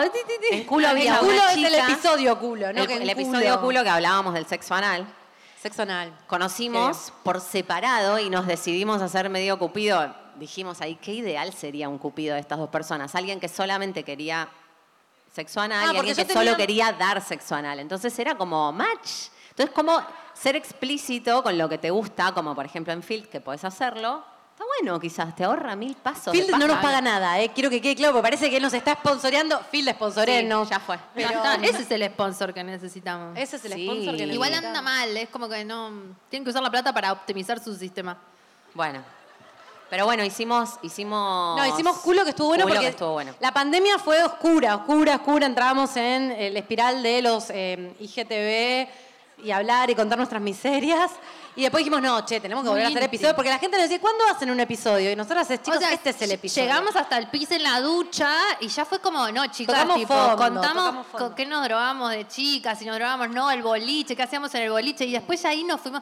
En Culo había el una culo es el chica- episodio culo, ¿no? El, que en el episodio Culo que hablábamos del sexo anal. Sexo anal. Conocimos por separado y nos decidimos hacer medio cupido. Dijimos ahí, qué ideal sería un cupido de estas dos personas. Alguien que solamente quería sexo anal Ah, y porque alguien que yo solo tenía- quería dar sexo anal. Entonces era como match. Entonces, como ser explícito con lo que te gusta, como por ejemplo en Field, que podés hacerlo, está bueno, quizás te ahorra mil pasos. de Field no nos paja. paga nada, eh. quiero que quede claro, porque parece que él nos está sponsoreando. Field, Sí, sponsorenos. ya fue. Ya está, ese es el sponsor que necesitamos. Ese es el Sí. sponsor que Igual necesitamos. anda mal, es como que no... Tienen que usar la plata para optimizar su sistema. Bueno. Pero bueno, hicimos, hicimos. No, hicimos culo que estuvo bueno Culo que porque estuvo bueno. la pandemia fue oscura, oscura, oscura. Entrábamos en el espiral de los eh, IGTV y hablar y contar nuestras miserias. Y después dijimos, no, che, tenemos que volver a hacer Muy episodios. íntimo. Porque la gente nos decía, ¿cuándo hacen un episodio? Y nosotros, chicos, este es el ll- episodio. Llegamos hasta el piso en la ducha y ya fue como, no, chicas, Tocamos tipo, fondo, contamos tocamos fondo. con qué nos drogamos de chicas, si nos drogamos, no, el boliche, qué hacíamos en el boliche. Y después ya ahí nos fuimos.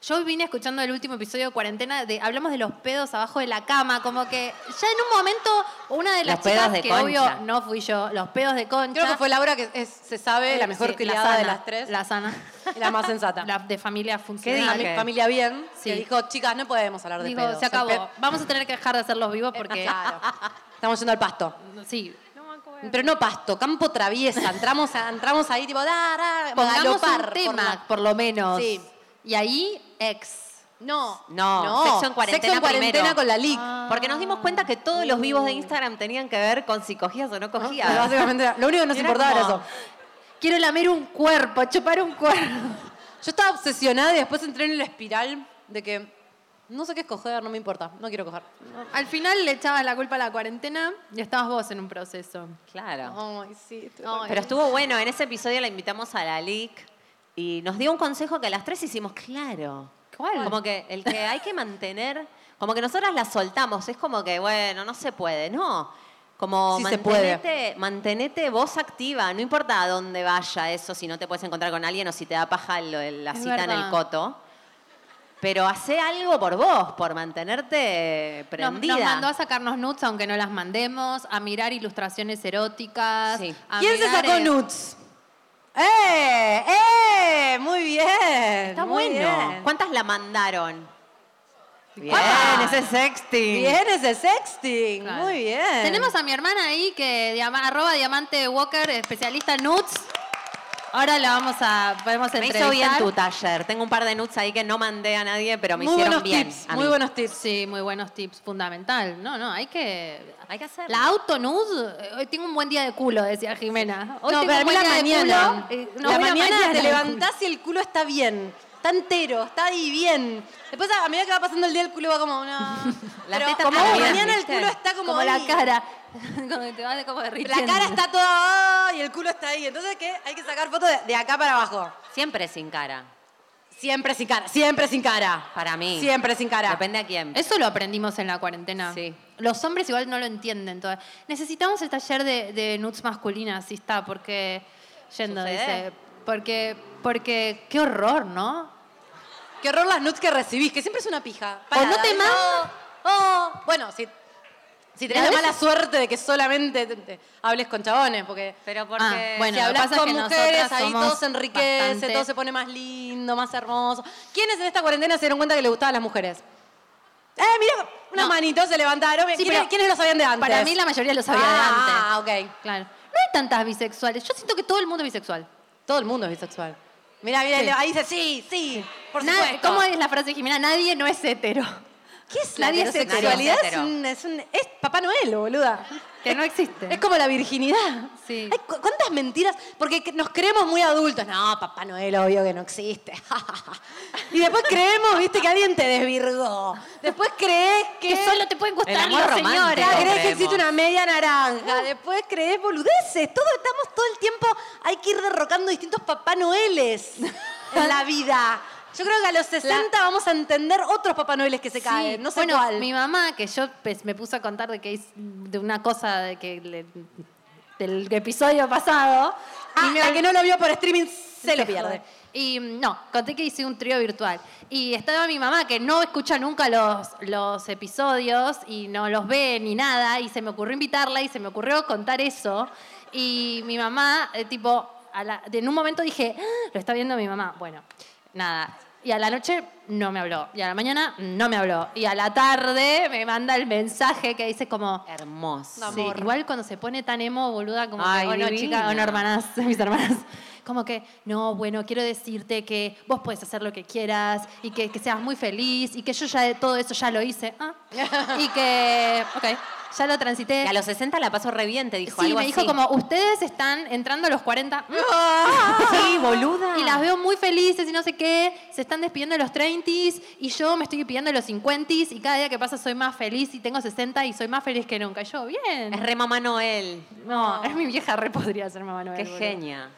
Yo vine escuchando el último episodio de cuarentena, de, hablamos de los pedos abajo de la cama, como que ya en un momento una de las Los pedos chicas, de que concha. obvio no fui yo, los pedos de concha. Creo que fue Laura que es- se sabe la mejor Sí, criada sana, de las tres. La sana, y la más sensata. la de familia que funcional. dijo, mi familia bien. Sí. Que dijo, chicas, no podemos hablar de Dijo, pedos. se El acabó. pe- Vamos a tener que dejar de hacer los vivos porque... Claro. Estamos yendo al pasto. Sí, Pero no pasto, campo traviesa. Entramos, a- entramos ahí tipo, da, da, Pongamos galopar por un tema, por, la- lo menos. Sí. Y ahí, ex. No, No, sexo en cuarentena Sexo en cuarentena primero. con la LIC. Ah. Porque nos dimos cuenta que todos los vivos de Instagram tenían que ver con si cogías o no cogías. Pero básicamente, lo único que nos Era importaba era como- eso. Quiero lamer un cuerpo, chupar un cuerpo. Yo estaba obsesionada y después entré en la espiral de que no sé qué escoger, no me importa, no quiero coger. Al final le echabas la culpa a la cuarentena y estabas vos en un proceso. Claro. Ay, sí. Ay. Pero estuvo bueno. En ese episodio la invitamos a la LIC Y nos dio un consejo que a las tres hicimos, claro. ¿Cuál? Como que el que hay que mantener, como que nosotras la soltamos, es como que, bueno, no se puede, no. Como Sí se puede. mantenete, mantenete vos activa, no importa a dónde vaya eso, si no te puedes encontrar con alguien o si te da paja lo- la Es cita en el verdad. coto. Pero hace algo por vos, por mantenerte Nos, nos prendida. mandó a sacarnos nudes aunque no las mandemos, a mirar ilustraciones eróticas. Sí. a ¿Quién se mirar, sacó eh, nuts? ¡Eh! ¡Eh! Muy bien. Está muy bueno. bien. ¿Cuántas la mandaron? Bien, ¿Cuántas? ese sexting. Bien ese sexting. claro. Muy bien. Tenemos a mi hermana ahí que diama- arroba diamante walker, especialista en nudes. Ahora la vamos a podemos Me entrevistar. hizo bien tu taller. Tengo un par de nudes ahí que no mandé a nadie, pero me muy hicieron buenos bien. tips. a Muy mí. buenos tips. Sí, muy buenos tips, fundamental. No, no, hay que Hay que hacerlo. La autonud, eh, hoy tengo un buen día de culo, decía Jimena. Hoy no, tengo para un mí buen la día mañana. de culo. eh, no, la hoy mañana, te de levantás y el culo está bien. Está entero, está ahí bien. Después, a a medida que va pasando el día, el culo va como una. La Pero teta como está "Oh, bien, mañana el ¿viste? culo está como. como la ahí". cara. como que te vas como La derritiendo. cara está toda. "Oh", y el culo está ahí. Entonces, ¿qué? Hay que sacar fotos de, de acá para abajo. Siempre sin cara. Siempre sin cara. Siempre sin cara. Para mí. Siempre sin cara. Depende a quién. Eso lo aprendimos en la cuarentena. Sí. Los hombres igual no lo entienden. todavía. Necesitamos el taller de, de nudes masculinas, sí está, porque. Yendo, Sucede. dice. Porque, porque, qué horror, ¿no? Qué horror las nuts que recibís, que siempre es una pija. Parada, no te ¿no? manda- Oh, bueno, si, si tenés la Las mala veces- suerte de que solamente te- te- hables con chabones, porque Pero porque. Ah, bueno. si lo que hablas pasa es con que mujeres, nosotras ahí todo somos se enriquece, bastante- todo se pone más lindo, más hermoso. ¿Quiénes en esta cuarentena se dieron cuenta que le gustaban las mujeres? Eh, mirá, unas No. manitos se levantaron. Sí, ¿Quiénes, pero quiénes lo sabían de antes? Para mí la mayoría lo sabía Ah, de antes. ok. Claro. No hay tantas bisexuales. Yo siento que todo el mundo es bisexual. Todo el mundo es bisexual. Mirá, mirá, ahí dice, sí, sí, por Nad- supuesto. ¿Cómo es la frase de Jimena? Nadie no es hetero. ¿Qué es la Nadie es heterosexualidad? Es, hetero. un- es, un- es Papá Noel, boluda. Que no existe. Es como la virginidad. Sí. Ay, cu- ¿Cuántas mentiras? Porque que- nos creemos muy adultos. No, Papá Noel, obvio que no existe. y después creemos, viste, que alguien te desvirgó. Después crees que. que solo te pueden El gustar amor los romántico. señores. Ah, crees que creemos. existe una media naranja. Después crees boludeces. Todo, estamos todo el tiempo. Hay que ir derrocando distintos Papá Noeles en la vida. Yo creo que a los 60 vamos a entender otros Papá Noeles que se caen. Sí. No sé bueno, cuál. mi mamá, que yo pues, me puse a contar de que es de una cosa de que le- del episodio pasado. Ah, la ol- que no lo vio por streaming se lo Te pierde. jode. Y mm, no, conté que hice un trío virtual. Y estaba mi mamá que no escucha nunca los, los episodios y no los ve ni nada. Y se me ocurrió invitarla y se me ocurrió contar eso. Y mi mamá, eh, tipo, a la- en un momento dije, "Ah, lo está viendo mi mamá. Bueno, nada. Y a la noche no me habló. Y a la mañana no me habló. Y a la tarde me manda el mensaje que dice como... Hermoso. No. Sí, Amor. igual cuando se pone tan emo, boluda, como que, Ay, oh, no, divina. chica, oh, no, hermanas, mis hermanas. Como que, no, bueno, quiero decirte que vos podés hacer lo que quieras y que, que seas muy feliz y que yo ya de todo eso ya lo hice. Ah. Y que, ok, ya lo transité. Que a los 60 la paso re bien, te dijo sí, algo me dijo así. Ah. como, ustedes están entrando a los 40. mm, Sí, boluda. y las veo muy felices y no sé qué, se están despidiendo de los 30 y yo me estoy despidiendo de los 50 y cada día que pasa soy más feliz y tengo 60 y soy más feliz que nunca. Y Yo, bien. Es re mamá Noel. No, es mi vieja re podría ser mamá Noel. Qué boludo. genia.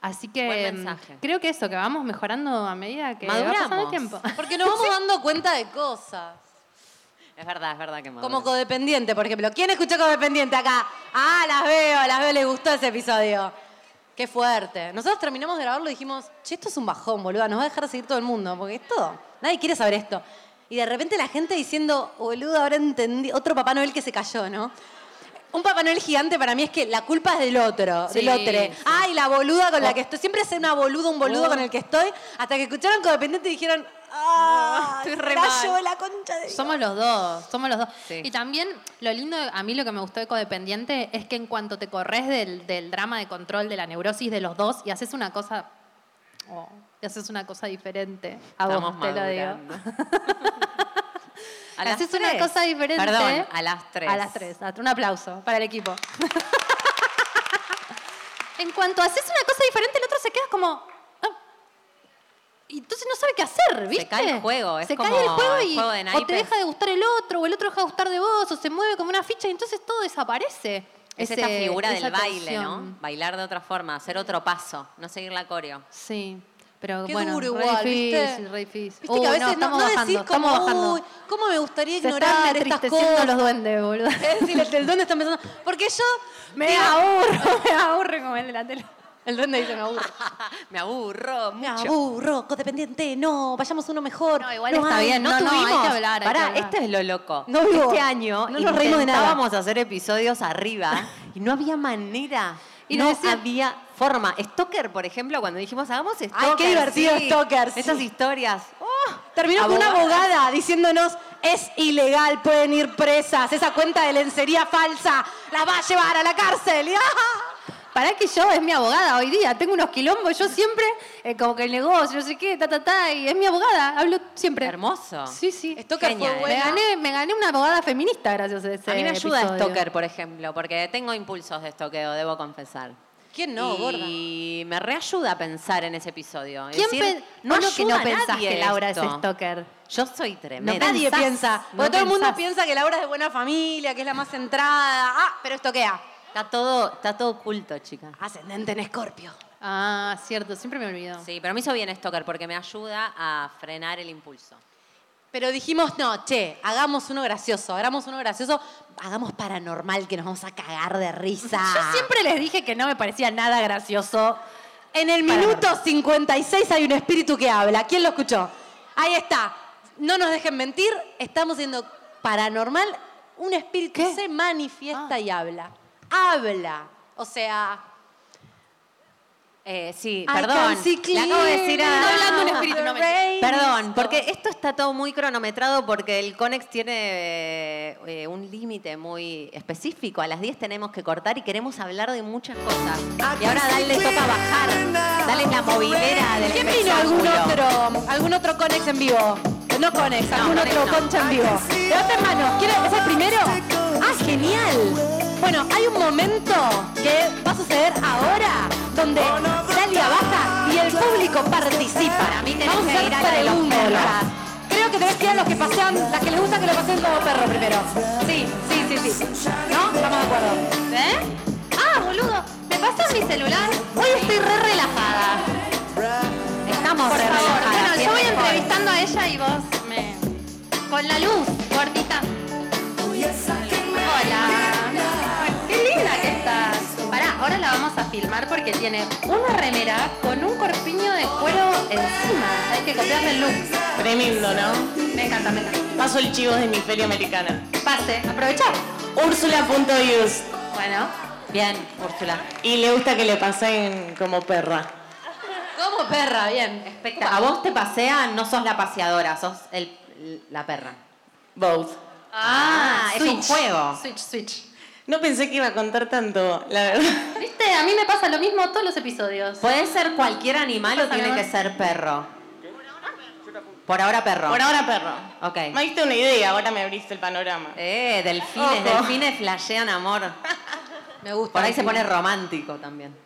Así que Buen mensaje. mm, creo que eso, que vamos mejorando a medida que va pasando el Maduramos. tiempo. Porque nos vamos dando cuenta de cosas. Es verdad, es verdad que mamá. Como codependiente, por ejemplo. ¿Quién escuchó codependiente acá? Ah, las veo, las veo, les gustó ese episodio. Qué fuerte. Nosotros terminamos de grabarlo y dijimos, che, esto es un bajón, boluda, nos va a dejar de seguir todo el mundo, porque es todo. Nadie quiere saber esto. Y de repente la gente diciendo, boluda, ahora entendí. Otro Papá Noel que se cayó, ¿no? Un Papá Noel gigante para mí es que la culpa es del otro, Sí, del otro. sí. Ay, la boluda Oh. con la que estoy. Siempre es una boluda, un boludo con el que estoy. Hasta que escucharon codependiente y dijeron, ah, Estoy re cayó mal. la concha de Dios. Somos los dos, somos los dos. Sí. Y también lo lindo, a mí lo que me gustó de Codependiente es que en cuanto te corres del, del drama de control, de la neurosis de los dos y haces una cosa, oh, y haces una cosa diferente, a vos Estamos te lo digo. madurando. A las haces una tres. cosa diferente. Perdón, a las tres. A las tres. Un aplauso para el equipo. en cuanto haces una cosa diferente, el otro se queda como. "Ah". Y entonces no sabe qué hacer, ¿viste? cae el juego, es se como cae el juego y el juego de o te naipes. deja de gustar el otro, o el otro deja de gustar de vos, o se mueve como una ficha y entonces todo desaparece. Es Ese- esta figura esa del baile, tensión. ¿no? Bailar de otra forma, hacer otro paso, no seguir la coreo. Sí. Pero Qué bueno, duro re igual, difícil, ¿viste? re difícil. Viste que a veces Uy, no, estamos no bajando, decís como, estamos bajando. uy, cómo me gustaría Se están ignorar estas entristeciendo cosas. los duendes, boludo. Es decir, el, el duende está pensando, porque yo... Me aburro, me aburro como el de la tele. El duende dice, me aburro. Me aburro Me mucho. aburro, codependiente, no, vayamos uno mejor. No, igual está bien, no, no, hay que hablar, hay Pará, que hablar. este es lo loco. No, digo, este año no nos reímos de nada. intentábamos hacer episodios arriba y no había manera. Y no nos decían- había forma. Stalker, por ejemplo, cuando dijimos hagamos Stalker. qué divertido Stalker, sí. Esas historias. ¡Oh! Terminó con una Abogadas. abogada diciéndonos, es ilegal, pueden ir presas, esa cuenta de lencería falsa la va a llevar a la cárcel. Y, ¡ah! Pará que yo es mi abogada hoy día, tengo unos quilombos, yo siempre, eh, como que el negocio, no sé qué, ta, ta, ta, y es mi abogada, hablo siempre. Hermoso. Sí, sí. Stalker Genia, fue ¿eh? Me buena. gané, me gané una abogada feminista gracias a ese A mí me ayuda este episodio. Stalker, por ejemplo, porque tengo impulsos de estoqueo, debo confesar. ¿Quién no, gorda? Y me reayuda a pensar en ese episodio. Es ¿Quién decir, pen- no, no que ayuda no a nadie pensás que Laura es esto. stalker? Yo soy tremenda. Nadie pensás, piensa, porque no todo el mundo pensás. piensa que Laura es de buena familia, que es la más centrada. Ah, pero esto queda. Está todo, está todo oculto, chica. Ascendente en escorpio. Ah, cierto, siempre me olvido. Sí, pero me hizo bien Stalker porque me ayuda a frenar el impulso. Pero dijimos, no, che, hagamos uno gracioso, hagamos uno gracioso, hagamos paranormal que nos vamos a cagar de risa. Yo siempre les dije que no me parecía nada gracioso. En el minuto 56 hay un espíritu que habla. ¿Quién lo escuchó? Ahí está. No nos dejen mentir, estamos siendo paranormal. Un espíritu se manifiesta Ah. y habla. Habla. O sea, Eh, sí, I perdón. can see Le acabo de decir a... clearly hablando un espíritu, no me- the rain Perdón, is porque gone. esto está todo muy cronometrado porque el Conex tiene eh, un límite muy específico. A las 10 tenemos que cortar y queremos hablar de muchas cosas. Y ahora dale toca bajar. Dale la movilera del ¿Quién vino algún espectáculo. otro, algún otro Conex en vivo? No Conex, algún Conex otro no. concha en vivo. Levanten manos, ¿quiere- ¿es el primero? ¡Ah, genial! Bueno, hay un momento que va a suceder ahora donde Dalia baja y el público participa. Para mí tenés Vamos a que hacer ir a la de los preguntas. perros. Creo que tenés que ir a los que pasean, las que les gusta que lo pasen como perro primero. Sí, sí, sí, sí. ¿No? Estamos de acuerdo. ¿Eh? Ah, boludo, ¿me pasas mi celular? Hoy estoy re relajada. Estamos Por re favor. Bueno, yo relajadas, siempre voy mejor. entrevistando a ella y vos me... Con la luz, gordita. Hola. Qué linda que estás. Pará, ahora la vamos a filmar porque tiene una remera con un corpiño de cuero encima. Hay que copiarle el look. Tremendo, ¿no? Me encanta, me encanta. Paso el chivo de mi feria americana. Pase, aprovechá. Úrsula.us Bueno. Bien, Úrsula. y le gusta que le pasen como perra. Como perra, bien. Especta- A vos te pasean, no sos la paseadora, sos el- la perra. Both. Ah, es un switch. juego. Switch, switch. No pensé que iba a contar tanto, la verdad. Viste, a mí me pasa lo mismo todos los episodios. ¿Puede ser cualquier animal o Pasa, mi tiene amor. que ser perro? Por ahora perro. Por ahora perro. Ok. Me diste una idea, ahora me abriste el panorama. Eh, delfines, Ojo. delfines flashean amor. Me gusta. Por ahí se pone romántico también.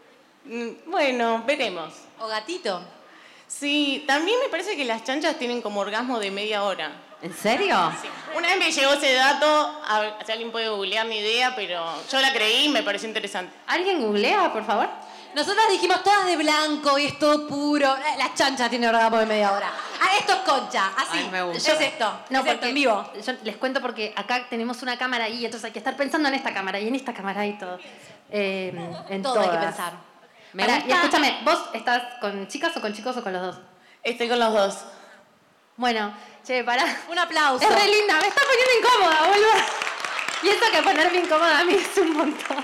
Mm, Bueno, veremos. O gatito. Sí, también me parece que las chanchas tienen como orgasmo de media hora. ¿En serio? Una vez me llegó ese dato, a- si alguien puede googlear mi idea, pero yo la creí y me pareció interesante. ¿Alguien googlea, por favor? Nosotras dijimos todas de blanco y es todo puro. Eh, La chancha tiene orgasmo de media hora. Ah, esto es concha, así. Ay, me gusta. Es esto. No, es esto, en vivo. Yo les cuento porque acá tenemos una cámara ahí, entonces hay que estar pensando en esta cámara y en esta cámara y todo. Eh, en Todo hay que todas. pensar. Me Pará, gusta- y escúchame, ¿vos estás con chicas o con chicos o con los dos? Estoy con los dos. Bueno, che, pará. Un aplauso. Es re linda, me está poniendo incómoda, boludo. Y esto que ponerme incómoda a mí es un montón.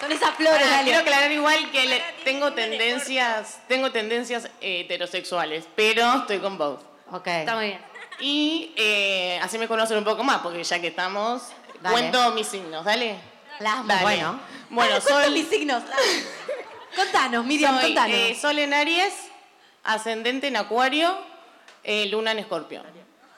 Con esas flores, Pará, dale. quiero aclarar igual que le- tengo tendencias, tengo tendencias eh, heterosexuales, pero estoy con both. Ok. Está muy bien. Y eh, así me conocen un poco más, porque ya que estamos, Dale. cuento mis signos, dale. Las amo. Dale. Bueno. Bueno, Ah, ¿cuántos Sol, mis signos. contanos, Miriam, soy, contanos. eh, Sol en Aries, ascendente en Acuario, eh, Luna en Escorpio.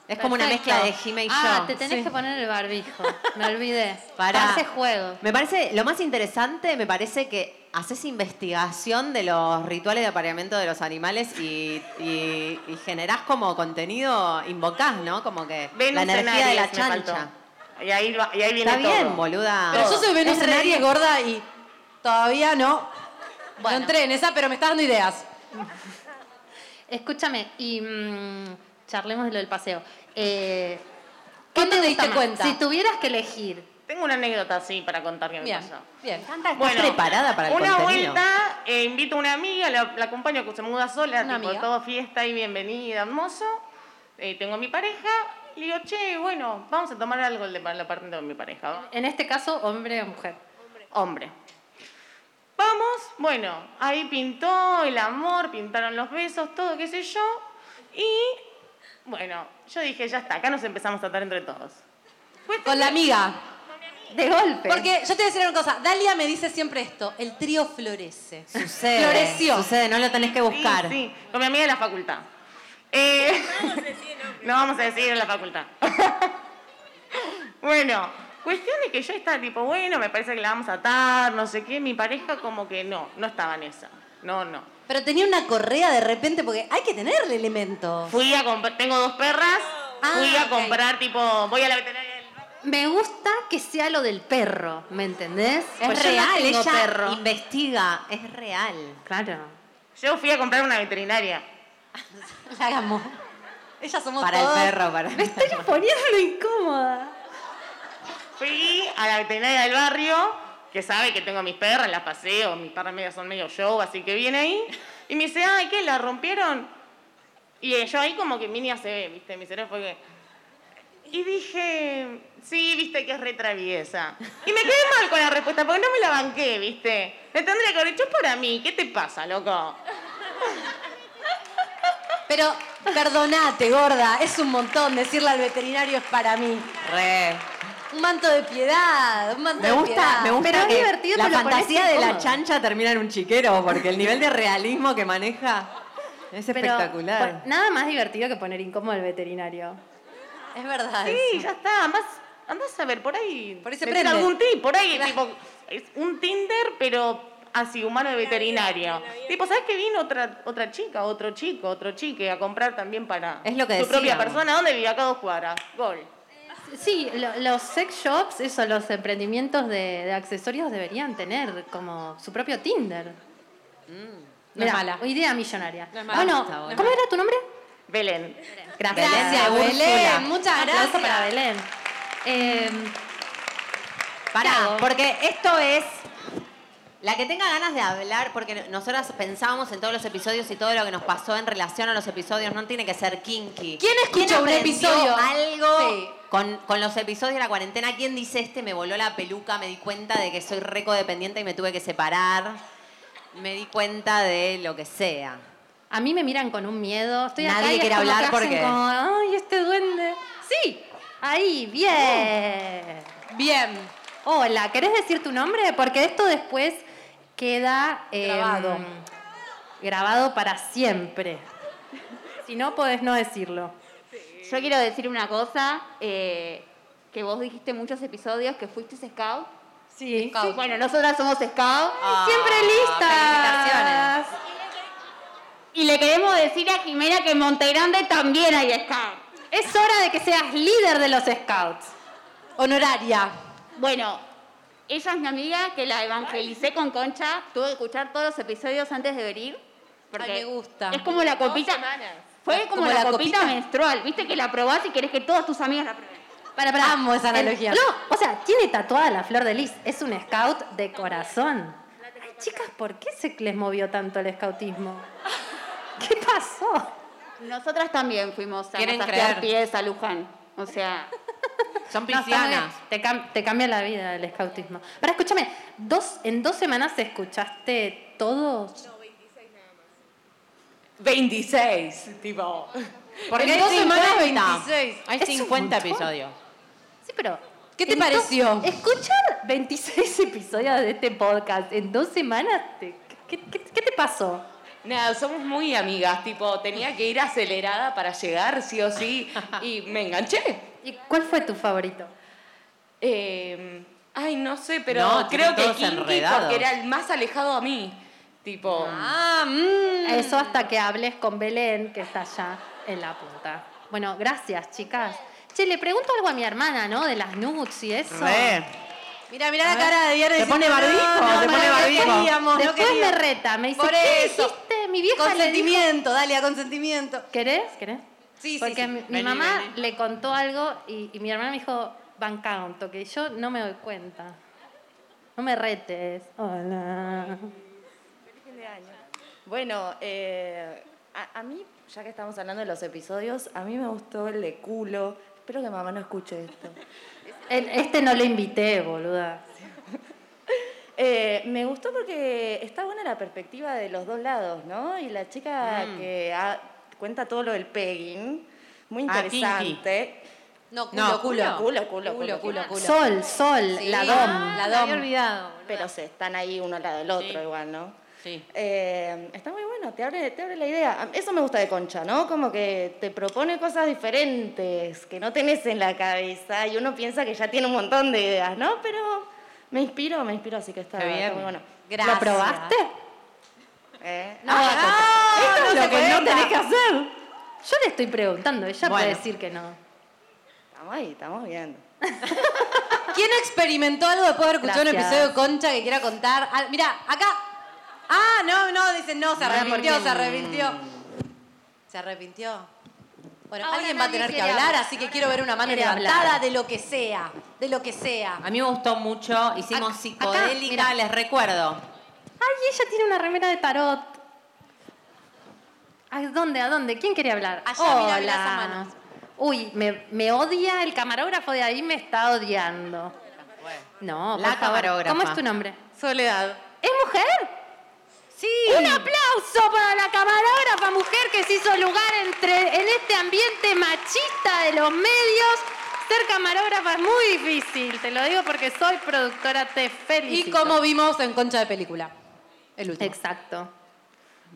Es como una Perfecto. mezcla de Jime y Ah, yo. te tenés Sí. que poner el barbijo. Me olvidé. Pará. Hace juego. Me parece, lo más interesante me parece que haces investigación de los rituales de apareamiento de los animales y, y- y generás como contenido, invocás, ¿no? Como que la Venus en energía de la Aries, me faltó. chancha. Y ahí, va- y ahí viene Está bien, todo. boluda. Pero yo soy Venus Es en re- Aries gorda y todavía no. Bueno. No entré en esa, pero me está dando ideas. Escúchame, y mm, charlemos de lo del paseo. Eh, ¿Qué te gusta diste más? cuenta? Si tuvieras que elegir, Tengo una anécdota, sí, para contar que me Bien, pasó. bien. ¿Estás preparada para el una contenido? vuelta eh, invito a una amiga, la, la acompaño que se muda sola, Una tipo, amiga. todo fiesta y bienvenida, hermoso. Eh, tengo a mi pareja, le digo, che, bueno, vamos a tomar algo el de- el apartamento de mi pareja. ¿va? en este caso, hombre o mujer. Hombre. Vamos, bueno, ahí pintó el amor, pintaron los besos, todo, qué sé yo. Y, bueno, yo dije, ya está, acá nos empezamos a tratar entre todos. Con la amiga. De golpe. Porque yo te voy a decir una cosa, Dalia me dice siempre esto, el trío florece. Sucede. Floreció. Sucede, no lo tenés que Sí, buscar. Sí, con mi amiga de la facultad. Eh, no vamos a decir en la facultad. bueno, cuestión es que yo estaba tipo, bueno, me parece que la vamos a atar, no sé qué. Mi pareja como que no, no estaba en esa. No, no. Pero tenía una correa de repente porque hay que tenerle elementos. Fui a comprar, tengo dos perras, Ah, fui a ok. comprar tipo, voy a la veterinaria. del barrio. Me gusta que sea lo del perro, ¿me entendés? Es Pues yo no real, tengo ella perro. investiga, es real. Claro. Yo fui a comprar una veterinaria. La hagamos. Ellas somos Para el todas- perro, para el perro. Estoy poniendo incómoda. Fui a la veterinaria del barrio, que sabe que tengo mis perras, las paseo, mis perras medias son medio show, así que viene ahí. Y me dice, ay, ¿qué? ¿La rompieron? Y eh, yo ahí como que mini se ve, ¿viste? Mi cerebro fue que... Y dije, sí, viste que es re traviesa. Y me quedé mal con la respuesta, porque no me la banqué, ¿viste? Me tendría que haber hecho para mí. ¿Qué te pasa, loco? Pero perdonate, gorda, es un montón decirle al veterinario es para mí. Re. Un manto de piedad, un manto Me de gusta, piedad. me gusta Pero es que divertido, la pero lo fantasía parece de la incómodo. chancha termina en un chiquero, porque el nivel de realismo que maneja es Pero, espectacular. pues, nada más divertido que poner incómodo al veterinario. Es verdad. Sí, eso. ya está. Además, andás a ver, por ahí. Por ahí se le tira prende. algún tip, por ahí, tipo, es un Tinder, pero así, humano de veterinario. Tipo, ¿sabes que vino otra, otra chica, otro chico, otro chique a comprar también para Es lo que su propia decíamos. persona? ¿Dónde vive? Acá a dos cuadras. Gol. Sí, lo- los sex shops, eso, los emprendimientos de, de accesorios deberían tener como su propio Tinder. Mm, no es mala. Idea millonaria. es mala, Bueno, está buena. ¿cómo era tu nombre? Belén. Gracias. Gracias, Belén, Úrsula. Belén. Muchas Un aplauso gracias. para Belén. Eh, Pará, ¿Qué hago? porque esto es. La que tenga ganas de hablar, porque nosotras pensábamos en todos los episodios y todo lo que nos pasó en relación a los episodios, no tiene que ser kinky. ¿Quién escucha un aprendió episodio? Algo Sí. con, con los episodios de la cuarentena. ¿Quién dice este? Me voló la peluca, me di cuenta de que soy recodependiente y me tuve que separar. Me di cuenta de lo que sea. A mí me miran con un miedo. Estoy acá Nadie y es quiere como hablar que hacen porque- como, Ay, este duende. Sí, ahí, bien. Uh. Bien. Hola, ¿querés decir tu nombre? Porque esto después queda eh, Grabado. grabado para siempre. Si no, podés no decirlo. Yo quiero decir una cosa, eh, que vos dijiste muchos episodios que fuiste scout. Sí. Sí, Bueno, nosotras somos scout. Siempre Ah, listas. Y le queremos decir a Jimena que en Montegrande también hay scout. Es hora de que seas líder de los scouts. Honoraria. Bueno, ella es mi amiga que la evangelicé con Concha. Tuve que escuchar todos los episodios antes de venir. Porque Ay, me gusta. Es como la copita. Fue como, la, copita, menstrual. Viste que la probás y querés que todas tus amigas la prueben. Para, para. Amo esa analogía. no, o sea, tiene tatuada la flor de lis. Es un scout de corazón. Ay, chicas, ¿por qué se les movió tanto el scoutismo? ¿Qué pasó? Nosotras también fuimos a Quieren masajear creer. pies a Luján. O sea, Son No, está muy bien. piscianas. te, cam- te cambia la vida el scoutismo. Para, escúchame, dos, en dos semanas escuchaste todos. 26, tipo. Porque En hay dos 50. semanas, 26. Hay Es un 50 montón. episodios. Sí, pero. ¿Qué te en pareció? dos- escuchar 26 episodios de este podcast en dos semanas, te- ¿qué- qué- qué te pasó? Nada, somos muy amigas, tipo, tenía que ir acelerada para llegar, sí o sí, y me enganché. ¿Y cuál fue tu favorito? Eh, ay, no sé, pero No, tienen creo que todos Kinky enredados. porque era el más alejado a mí. Tipo, Ah, mmm. Eso hasta que hables con Belén, que está allá en la punta. Bueno, gracias, chicas. Che, le pregunto algo a mi hermana, ¿no? De las nudes y eso. Mira, mira la cara de Diana. ¿Te diciendo, pone barbijo? No, no, ¿Te no, pone no barbijo? queríamos, no Después me queríamos. reta, me dice, Por ¿qué eso. dijiste? Porque mi vieja le dijo... Consentimiento, dale a consentimiento. ¿Querés? ¿Querés? Sí, sí, Porque sí. mi, mi Vení, mamá vení. le contó algo y, y mi hermana me dijo, banca un toque. Y yo no me doy cuenta. No me retes. Hola. Bueno, eh, a, a mí, ya que estamos hablando de los episodios, a mí me gustó el de culo. Espero que mamá no escuche esto. En- Este no lo invité, boluda. Eh, me gustó porque está buena la perspectiva de los dos lados, ¿no? Y la chica Mm. que ha- cuenta todo lo del pegging, muy Ah, kinky. interesante. No, culo, No, culo. culo, culo, culo, culo, culo, culo. Sol, sol, Sí. la Ah, la dom. me había dom. olvidado. boluda. pero se están ahí uno al lado del otro Sí. igual, ¿no? Sí. Eh, está muy bueno, te abre, te abre la idea. A- Eso me gusta de Concha, ¿no? Como que te propone cosas diferentes que no tenés en la cabeza y uno piensa que ya tiene un montón de ideas, ¿no? Pero me inspiro, me inspiro, así que está, Qué bien. está muy bueno. Gracias. ¿Lo probaste? Eh, No, esto es lo que no tenés que hacer. Yo le estoy preguntando, ella puede Bueno. decir que no. Estamos ahí, estamos viendo. ¿Quién experimentó algo después de haber escuchado un Gracias. episodio de Concha que quiera contar? Ah, mira, acá. Ah, no, no, dicen no, se arrepintió, se arrepintió. Se arrepintió. Bueno, Ahora alguien va a nadie tener que quiere hablar, hablar. así que quiero ver una mano quiere levantada hablar. de lo que sea, de lo que sea. A mí me gustó mucho, hicimos Acá- psicodélica, acá, mirá. les recuerdo. Ay, ella tiene una remera de tarot. ¿A dónde? ¿A dónde? ¿Quién quiere hablar? Allá, mirá, mirá esas manos. Uy, me, me odia el camarógrafo de ahí, me está odiando. No, por La favor. camarógrafa. ¿Cómo es tu nombre? Soledad. ¿Es mujer? Sí. Un aplauso para la camarógrafa mujer que se hizo lugar entre, en este ambiente machista de los medios. Ser camarógrafa es muy difícil, te lo digo porque soy productora, te felicito. Y como vimos en Concha de Película. El último. Exacto.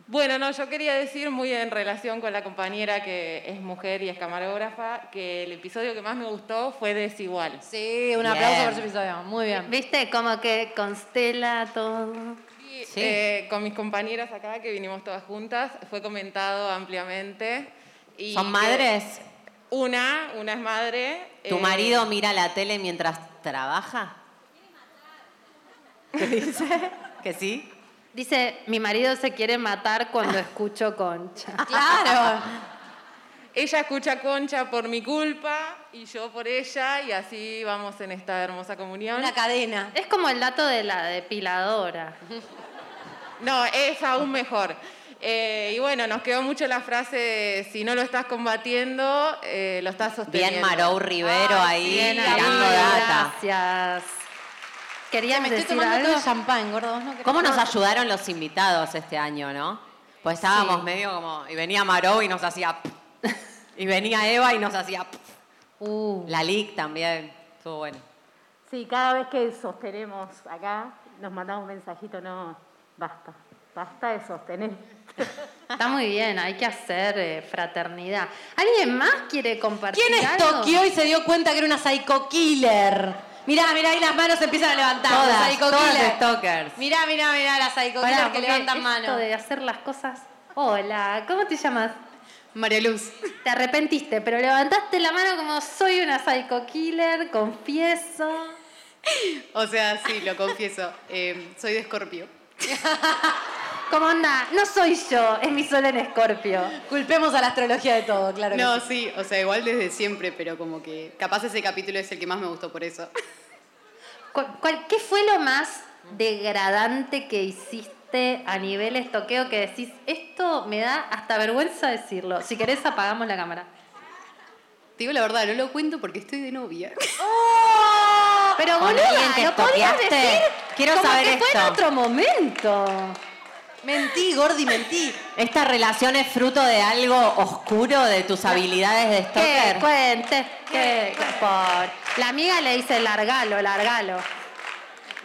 Bueno, no, yo quería decir muy en relación con la compañera que es mujer y es camarógrafa, que el episodio que más me gustó fue Desigual. Sí, un aplauso Bien. por su episodio. Muy bien. ¿Viste? Como que constela todo. Y, Sí. eh, con mis compañeras acá, que vinimos todas juntas, fue comentado ampliamente. y ¿Son que- madres? Una, una es madre. ¿Tu eh, marido mira la tele mientras trabaja? ¿Qué dice? ¿Que sí? Dice, mi marido se quiere matar cuando escucho concha. Claro. Ella escucha Concha por mi culpa y yo por ella, y así vamos en esta hermosa comunión. Una cadena. Es como el dato de la depiladora. No, es aún mejor. Eh, y bueno, nos quedó mucho la frase de, si no lo estás combatiendo, eh, lo estás sosteniendo. Bien Marou Rivero ahí bien ahí, tirando data. Gracias. Quería Me estoy decir tomando algo. todo champán, gordo. ¿vos no querés? ¿Cómo nos ayudaron los invitados este año, no? Pues estábamos medio como... Y venía Marou y nos hacía... y venía Eva y nos hacía... Uh, La LIC también. Estuvo bueno. Sí, cada vez que sostenemos acá, nos mandamos un mensajito, no, basta, basta de sostener. está muy bien, hay que hacer eh, fraternidad. ¿Alguien más quiere compartir ¿Quién algo? estoqueó y se dio cuenta que era una psycho killer? Mirá, mirá, ahí las manos se empiezan a levantar. la Todas, psycho todas killer. stalkers. Mirá, mirá, mirá la psycho Pará, killer que porque levantan esto manos. de hacer las cosas... Hola, ¿cómo te llamas? María Luz. Te arrepentiste, pero levantaste la mano como soy una psycho killer, confieso. O sea, sí, lo confieso. Eh, soy de Escorpio. Como onda, no soy yo, es mi sol en escorpio. Culpemos a la astrología de todo, claro. que No, sí. sí, o sea, igual desde siempre, pero como que capaz ese capítulo es el que más me gustó por eso. ¿Cu- cuál- ¿Qué fue lo más degradante que hiciste a nivel estoqueo que decís, esto me da hasta vergüenza decirlo? Si querés apagamos la cámara. Te digo la verdad, no lo cuento porque estoy de novia. Pero ¿Con boluda, alguien que ¿lo podías estoqueaste? decir? Quiero como saber que fue en esto. otro momento. Mentí, Gordi, mentí. ¿Esta relación es fruto de algo oscuro de tus habilidades de Que stalker? cuente, que por. La amiga le dice, largalo, largalo.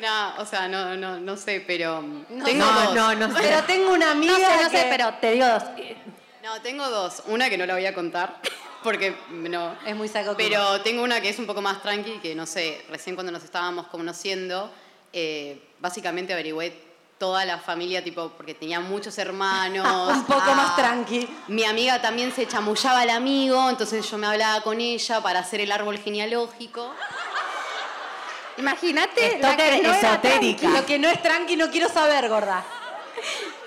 No, o sea, no, no, no sé, pero mm, No, tengo no, dos. no, no sé. Pero tengo una No amiga. sé, no sé, que- pero te digo dos. No, tengo dos. Una que no la voy a contar porque no. Es muy psycho killer. Pero tengo una que es un poco más tranqui, que no sé, recién cuando nos estábamos conociendo, eh, básicamente averigüé toda la familia, tipo, porque tenía muchos hermanos. ah, Un poco más tranqui. Mi amiga también se chamullaba al amigo, entonces yo me hablaba con ella para hacer el árbol genealógico. Imagínate la Stalker que no era esotérica. Lo que no es tranqui no quiero saber, gorda.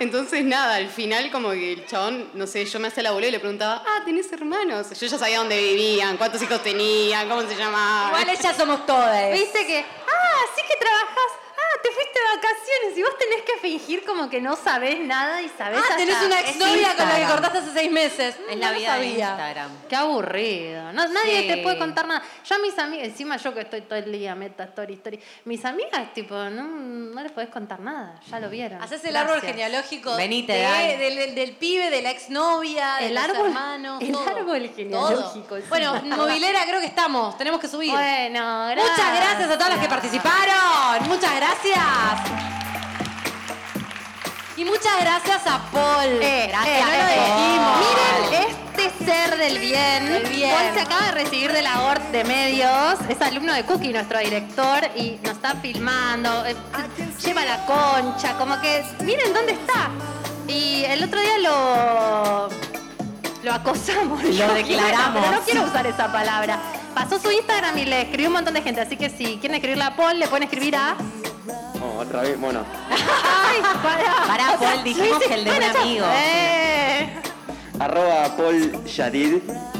Entonces, nada, al final como que el chabón, no sé, yo me hacía la boluda y le preguntaba, ah, ¿tenés hermanos? Yo ya sabía dónde vivían, cuántos hijos tenían, cómo se llamaban. Igual ellas somos todas. Viste que, ah, sí que trabajas, ah, te fuiste de vacaciones y vos tenés que fingir como que no sabés nada y sabés Ah, hasta- tenés una Es exnovia con la que Instagram. cortaste hace seis meses. Es Mm, la no vida de sabía. Instagram. Qué aburrido. No, nadie Sí. te puede contar nada. Yo a mis amigas, encima yo que estoy todo el día, meta, story, story. Mis amigas, tipo, no, no les podés contar nada. Ya lo vieron. Haces el Gracias. árbol genealógico Venite, de- Dai. del, del- del pibe, de la exnovia, de El los árbol- hermanos. el todo. árbol genealógico, Todo. es Bueno, una- movilera creo que estamos, tenemos que subir. Bueno, gracias. Muchas gracias a todas las que participaron. Muchas gracias. Y muchas gracias a Paul. Eh, eh, gracias. no lo Paul. dijimos. Miren este ser del bien. Del bien. Paul se acaba de recibir de la ORT de medios. Es alumno de Cookie, nuestro director, y nos está filmando. eh, Lleva la concha, como que. Miren dónde está. Y el otro día lo. Lo acosamos. Lo No, declaramos. pero no quiero usar esa palabra. Pasó su Instagram y le escribió un montón de gente. Así que si quieren escribirle a Paul, le pueden escribir a. Oh, otra vez, bueno. ¡Ay! Pará, Pará, Paul, dijimos sí, sí, que el de bueno, un ya- amigo. Eh. Arroba Paul Yadid,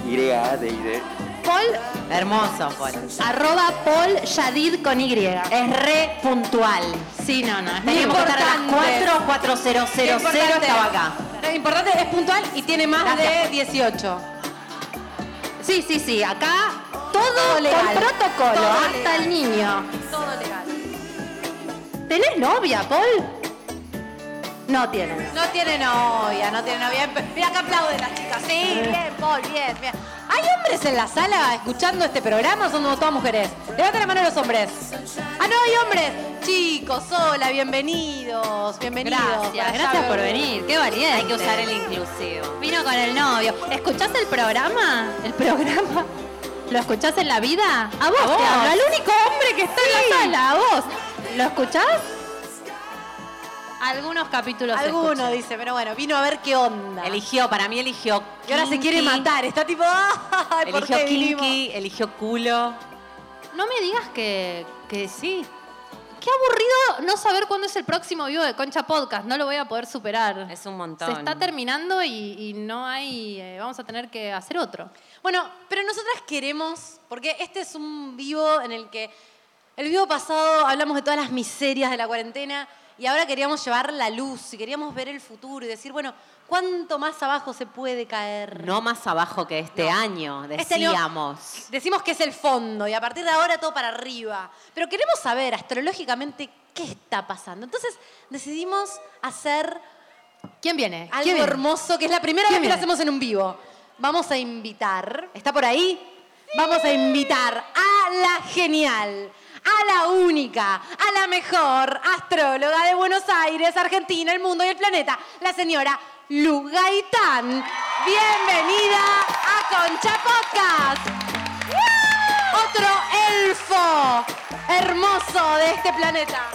Y A D I D. Paul Hermoso, Paul. Ah. Arroba Paul Yadid con Y. Es re puntual. Sí, no, no. Teníamos que estar a las Importante. 4, 4000 Importante. estaba acá. Lo importante es puntual y tiene más Gracias. de 18. Sí, sí, sí. Acá todo legal. con protocolo, ¿ah? Todo hasta legal. el niño. Todo legal. ¿Tenés novia, Paul? No tiene. No tiene novia, no tiene novia. Mira que aplauden las chicas. Sí, bien, Paul, bien, bien. ¿Hay hombres en la sala escuchando este programa o son todas mujeres? Levanten la mano los hombres. Ah, no, hay hombres. Chicos, hola, bienvenidos, bienvenidos. Gracias, Para gracias allá por veo- venir. Qué valiente. Hay que usar el inclusivo. Vino con el novio. ¿Escuchás el programa? ¿El programa? ¿Lo escuchás en la vida? A vos, A te vos. hablo, al único hombre que está en la sala, a vos. ¿Lo escuchás? Algunos capítulos. Alguno escuché. dice, pero bueno, vino a ver qué onda. Eligió, para mí eligió. Y ahora se quiere kinky, matar, está tipo, ¡ay, por Eligió qué vinimos? kinky, eligió culo. No me digas que, que sí. Qué aburrido no saber cuándo es el próximo vivo de Concha Podcast. No lo voy a poder superar. Es un montón. Se está terminando y, y no hay. eh, vamos a tener que hacer otro. Bueno, pero nosotras queremos, porque este es un vivo en el que el vivo pasado hablamos de todas las miserias de la cuarentena y ahora queríamos llevar la luz y queríamos ver el futuro y decir, bueno, ¿cuánto más abajo se puede caer? No más abajo que este año, Este año- decíamos. Decimos que es el fondo y a partir de ahora todo para arriba. Pero queremos saber astrológicamente qué está pasando. Entonces decidimos hacer ¿Quién viene? algo ¿Quién viene? hermoso, que es la primera vez ¿Quién que lo viene? hacemos en un vivo. Vamos a invitar, ¿está por ahí? Vamos a invitar a la genial, a la única, a la mejor astróloga de Buenos Aires, Argentina, el mundo y el planeta, la señora Lu Gaitán. Bienvenida a Concha Podcast. Otro elfo hermoso de este planeta.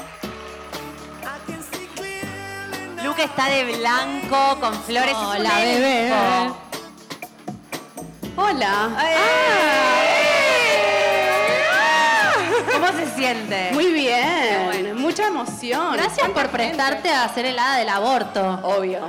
Luca está de blanco, con flores. es un Hola, elfo. bebé. Hola. ¿Cómo se siente? Muy bien. Mucha emoción. Gracias por prestarte a hacer el hada del aborto. Obvio.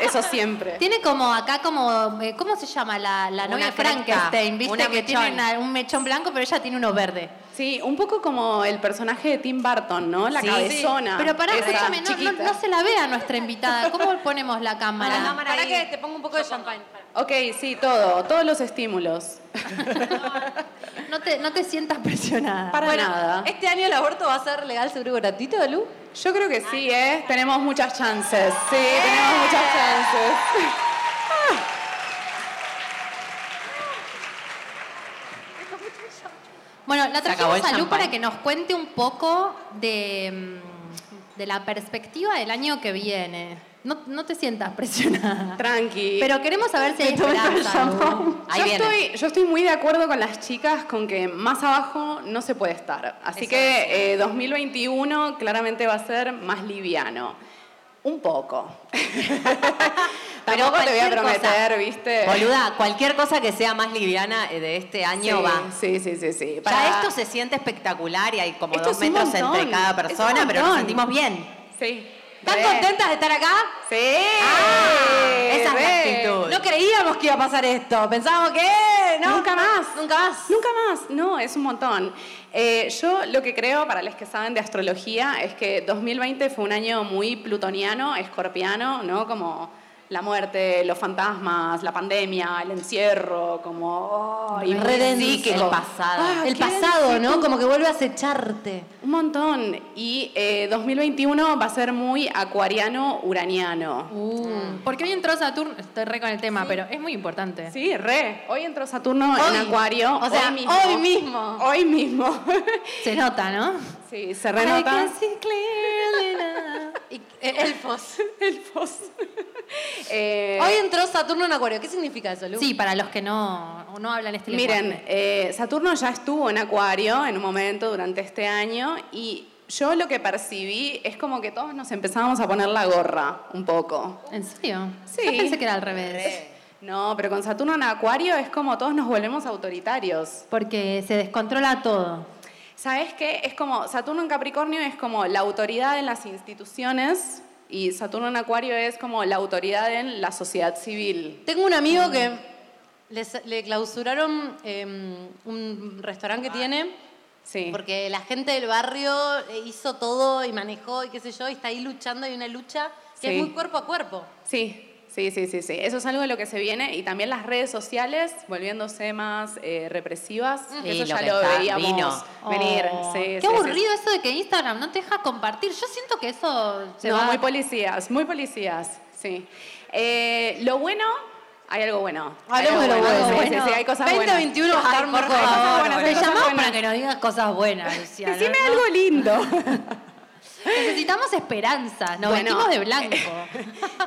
Eso siempre. Tiene como acá como, eh, ¿cómo se llama? La, la Una novia fresca, Frankenstein, viste una que mechón. tiene una- un mechón blanco, pero ella tiene uno verde. Sí, un poco como el personaje de Tim Burton, ¿no? La Sí, cabezona. Pero pará, esa, escúchame, no, no- chiquita. no se la ve a nuestra invitada. ¿Cómo ponemos la cámara? Para que te pongo un poco de champán. Ok, sí, todo, todos los estímulos. No te, no te sientas presionada. Para nada. eh. ¿Este año el aborto va a ser legal, seguro, gratuito, Lu? Yo creo que sí, ¿eh? Tenemos muchas chances. Sí, Eh. tenemos muchas chances. Bueno, la acabó el trajimos a Lu champán. para que nos cuente un poco de, mm, de la perspectiva del año que viene. No, no te sientas presionada. Tranqui. Pero queremos saber si hay tomé todo el esperanza, Lu. Ahí yo, viene. estoy, yo estoy muy de acuerdo con las chicas con que más abajo no se puede estar. Así que eh, 2021 claramente va a ser más liviano. Un poco. Tampoco te voy a cualquier cosa. prometer, ¿viste? Boluda, cualquier cosa que sea más liviana eh, de este año Sí, va. Sí, sí, sí, sí. Ya Para- esto se siente espectacular y hay como Esto dos es un metros montón, entre cada es un persona, pero nos montón. sentimos bien. Sí. ¿Están contentas de estar acá? Sí. Ah, esa es la Eh, re. actitud. No creíamos que iba a pasar esto. Pensábamos que no. Nunca más. Nunca más. Nunca más. No, es un montón. Eh, yo lo que creo, para los que saben de astrología, es que 2020 fue un año muy plutoniano, escorpiano, ¿no? Como la muerte, los fantasmas, la pandemia, el encierro, como... oh, y muy psíquico. El pasado. Ah, el qué pasado, ¿no? denso. Como que vuelve a acecharte. Un montón. Y eh, 2021 va a ser muy acuariano-uraniano. Uh, Porque hoy entró Saturno, estoy re con el tema, pero es muy importante. Sí, re. Hoy entró Saturno en Acuario. O sea, hoy mismo. Hoy mismo. Se nota, ¿no? Sí, se renota. eh, elfos. elfos. Eh, Hoy entró Saturno en Acuario. ¿Qué significa eso, Lu? Sí, para los que no, no hablan este Miren, lenguaje. eh, Saturno ya estuvo en Acuario en un momento durante este año y yo lo que percibí es como que todos nos empezábamos a poner la gorra un poco. ¿En serio? Sí. Yo pensé que era al revés. No, pero con Saturno en Acuario es como todos nos volvemos autoritarios. Porque se descontrola todo. ¿Sabes qué? Es como Saturno en Capricornio es como la autoridad en las instituciones y Saturno en Acuario es como la autoridad en la sociedad civil. Tengo un amigo que les- le clausuraron eh, un restaurante que tiene. Porque la gente del barrio eh, hizo todo y manejó y qué sé yo, y está ahí luchando, hay una lucha que Sí. es muy cuerpo a cuerpo. Sí. Sí, sí, sí, sí. Eso es algo de lo que se viene y también las redes sociales volviéndose más eh, represivas. Mm. Sí, que eso lo ya que lo está- veíamos vino. venir. Oh, Sí, Qué sí, sí, aburrido eso de que Instagram no te deja compartir. Yo siento que eso se no, va... muy policías, muy policías, sí. Eh, lo bueno, hay algo bueno. Hay Hablemos algo de lo Sí, bueno. sí, sí, hay cosas 20, buenas. 21 va a Ay, estar por mejor. favor, Por bueno, favor, hay te cosas llamamos buenas. para que nos digas cosas buenas, Luciana. Decime ¿no? algo lindo. Necesitamos esperanza. Nos Bueno, eh, vestimos de blanco.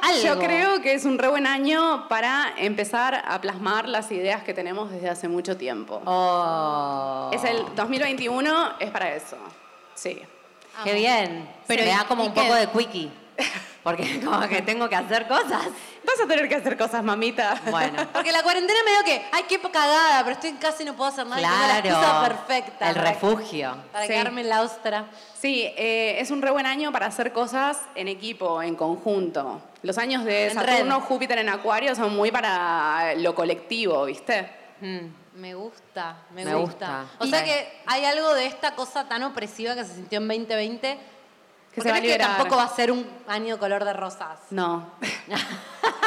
Algo. Yo creo que es un re buen año para empezar a plasmar las ideas que tenemos desde hace mucho tiempo. Oh. Es el 2021, es para eso. Sí. Qué bien. Pero Pero me ¿y- da como y un qué? poco de quickie. Porque como que tengo que hacer cosas. Vas a tener que hacer cosas, mamita. Bueno. Porque la cuarentena me dio que, ay, qué cagada, pero estoy en casa y no puedo hacer nada. Y tengo la Claro. excusa perfecta. El refugio. Para quedarme en la ostra. Sí, eh, es un re buen año para hacer cosas en equipo, en conjunto. Los años de En Saturno, red. Júpiter en Acuario son muy para lo colectivo, ¿viste? Me gusta, me, Me gusta. gusta. O Y- sea que hay algo de esta cosa tan opresiva que se sintió en 2020. Que Que se va a que liberar. tampoco va a ser un año color de rosas. No.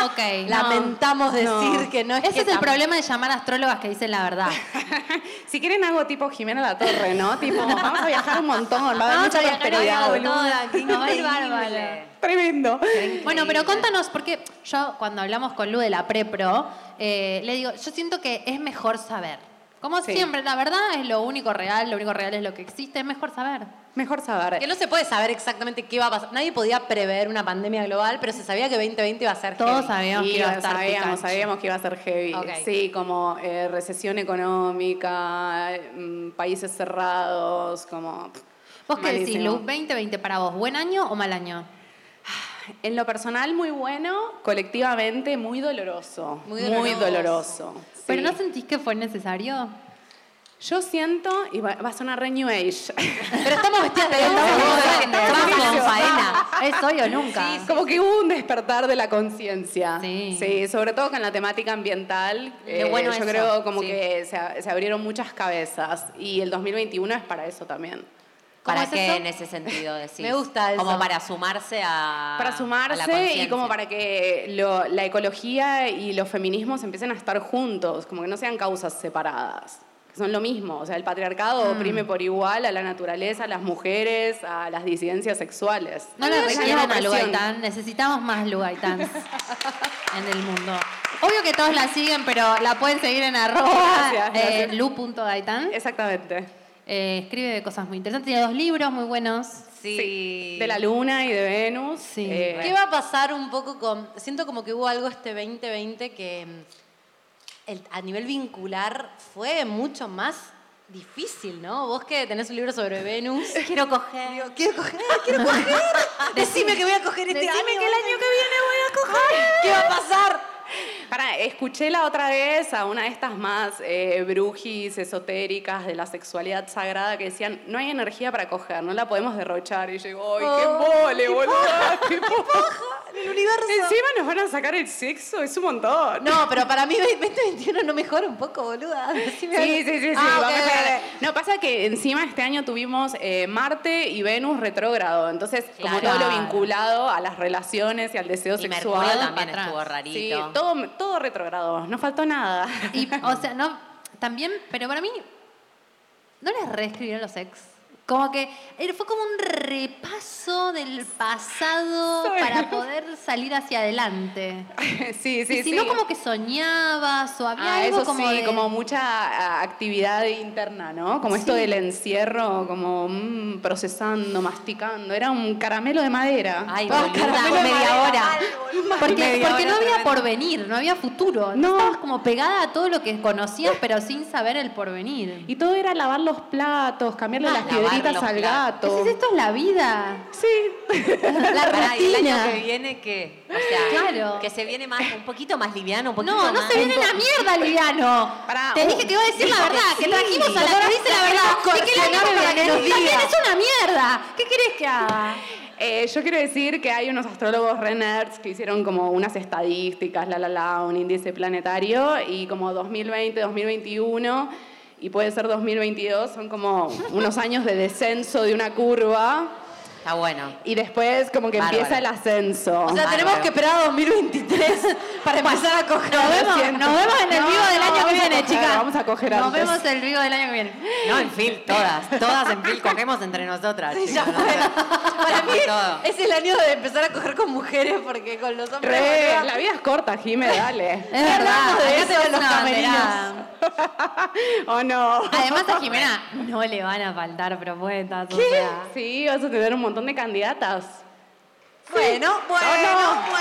Ok. no. Lamentamos decir No. que no es Ese que es el tam- problema de llamar a astrólogas que dicen la verdad. Si quieren hago tipo Jimena La Torre, ¿no? Tipo, vamos a viajar un montón, va a haber Vamos mucha a viajar prosperidad. un montón, no, va a ir bárbaro. Tremendo. Bueno, pero contanos, porque yo cuando hablamos con Lu de la Prepro, eh, le digo, yo siento que es mejor saber. Como Sí. siempre, la verdad es lo único real, lo único real es lo que existe, es mejor saber. Mejor saber. Que no se puede saber exactamente qué va a pasar. Nadie podía prever una pandemia global, pero se sabía que 2020 iba a ser heavy. Todos sabíamos Sí, que iba a estar sabíamos, picante. sabíamos que iba a ser heavy. Ok. Sí, como eh, recesión económica, mm, países cerrados, como... pff, ¿Vos qué decís, malísimo. Lu? 2020 para vos, ¿buen año o mal año? En lo personal muy bueno, colectivamente muy doloroso. Muy Muy doloroso. doloroso. sí. ¿Pero no sentís que fue necesario? Yo siento, y va, va a sonar re New Age. Ah, Pero estamos vestidas de Estamos con faena. Es hoy o nunca. Como que hubo un despertar de la conciencia. Sí. sobre todo con la temática ambiental. Qué eh, bueno yo eso, creo como sí. que se, a- se abrieron muchas cabezas y el 2021 es para eso también. ¿Para es qué eso? en ese sentido decís? Me gusta eso. Como para sumarse Ah, a. Para a la sumarse y conciencia. como para que lo- la ecología y los feminismos empiecen a estar juntos, como que no sean causas separadas, que son lo mismo. O sea, el patriarcado Ah. oprime por igual a la naturaleza, a las mujeres, a las disidencias sexuales. No le Es la requieran a opresión. Lu Gaitán, necesitamos más Lu Gaitán en el mundo. Obvio que todos la siguen, pero la pueden seguir en arroba Gracias, gracias. eh, lu.gaitán. Exactamente. Eh, escribe cosas muy interesantes, tiene dos libros muy buenos. Sí. De la luna y de Venus. eh, ¿Qué va a pasar un poco con.? Siento como que hubo algo este 2020 que mm, el- a nivel vincular fue mucho más difícil, ¿no? Vos que tenés un libro sobre Venus. Quiero coger. quiero coger, quiero coger. Decime que voy a coger este Decime año. que el año que viene voy a coger. ¿Qué va a pasar? Para, escuché la otra vez a una de estas más eh, brujis, esotéricas de la sexualidad sagrada que decían, no hay energía para coger, no la podemos derrochar. Y yo, digo, ¡ay, Oh, qué mole, qué boluda! paja, ¡Qué paja! ¡El universo! Encima nos van a sacar el sexo, es un montón. No, pero para mí 2021 no mejora un poco, boluda. Sí, sí, sí, sí, Ah, va a ok, mejorar. ok, ok. No, pasa que encima este año tuvimos eh, Marte y Venus retrógrado, entonces como Claro. todo lo vinculado a las relaciones y al deseo Y sexual. Mercurio también para atrás. estuvo rarito. Sí, todo, todo retrógrado, no faltó nada. Y, o sea, no, también, pero para mí, ¿no les reescribieron los ex? Como que eh, fue como un repaso del pasado Soy- para poder salir hacia adelante. sí, sí, y si sí. no, como que soñabas o había Ah, algo eso como sí, de- como mucha ah, actividad interna, ¿no? Como esto Sí. del encierro, como mm, procesando, masticando. Era un caramelo de madera. Ay, media hora. Porque, Media porque hora no había tremendo. porvenir, no había futuro. No. Estabas como pegada a todo lo que conocías, pero sin saber el porvenir. Y todo era lavar los platos, cambiarle Ah, las lavar piedritas los al platos. gato. Decís, esto es la vida. Sí. La Pará, ¿y el rutina. año que viene qué? O sea, Claro. que se viene más, un poquito más liviano, un poquito No, no más- se viene la mierda, Liliano. Pará, Te uh, dije que iba a decir la dijo verdad, que que sí. trajimos a la Nosotros que dice la queremos verdad. ¿Qué querés coaccionarla para que nos diga? También es una mierda. ¿Qué querés que haga? Eh, yo quiero decir que hay unos astrólogos re nerds que hicieron como unas estadísticas, la la la, un índice planetario y como 2020, 2021 y puede ser 2022 son como unos años de descenso de una curva Está bueno. y después como que Bárbaro. empieza el ascenso. O sea, tenemos Bárbaro. que esperar a 2023 para empezar a coger. Lo Nos vemos- siento. nos vemos en el vivo del año que vamos a viene, coger, chicas. Vamos a coger Nos antes. vemos el vivo del año que viene. No, en fil, todas, todas en fil cogemos entre nosotras. chicas, ¿no? Para mí Todo. es el año de empezar a coger con mujeres porque con los hombres. Re, boluda, la vida es corta, Jime, dale. Es verdad, Hablamos acá te eso ves en una oh, no. Además a Jimena no le van a faltar propuestas. o ¿Qué? sea. Sí, vas a tener un montón de candidatas. Bueno, bueno,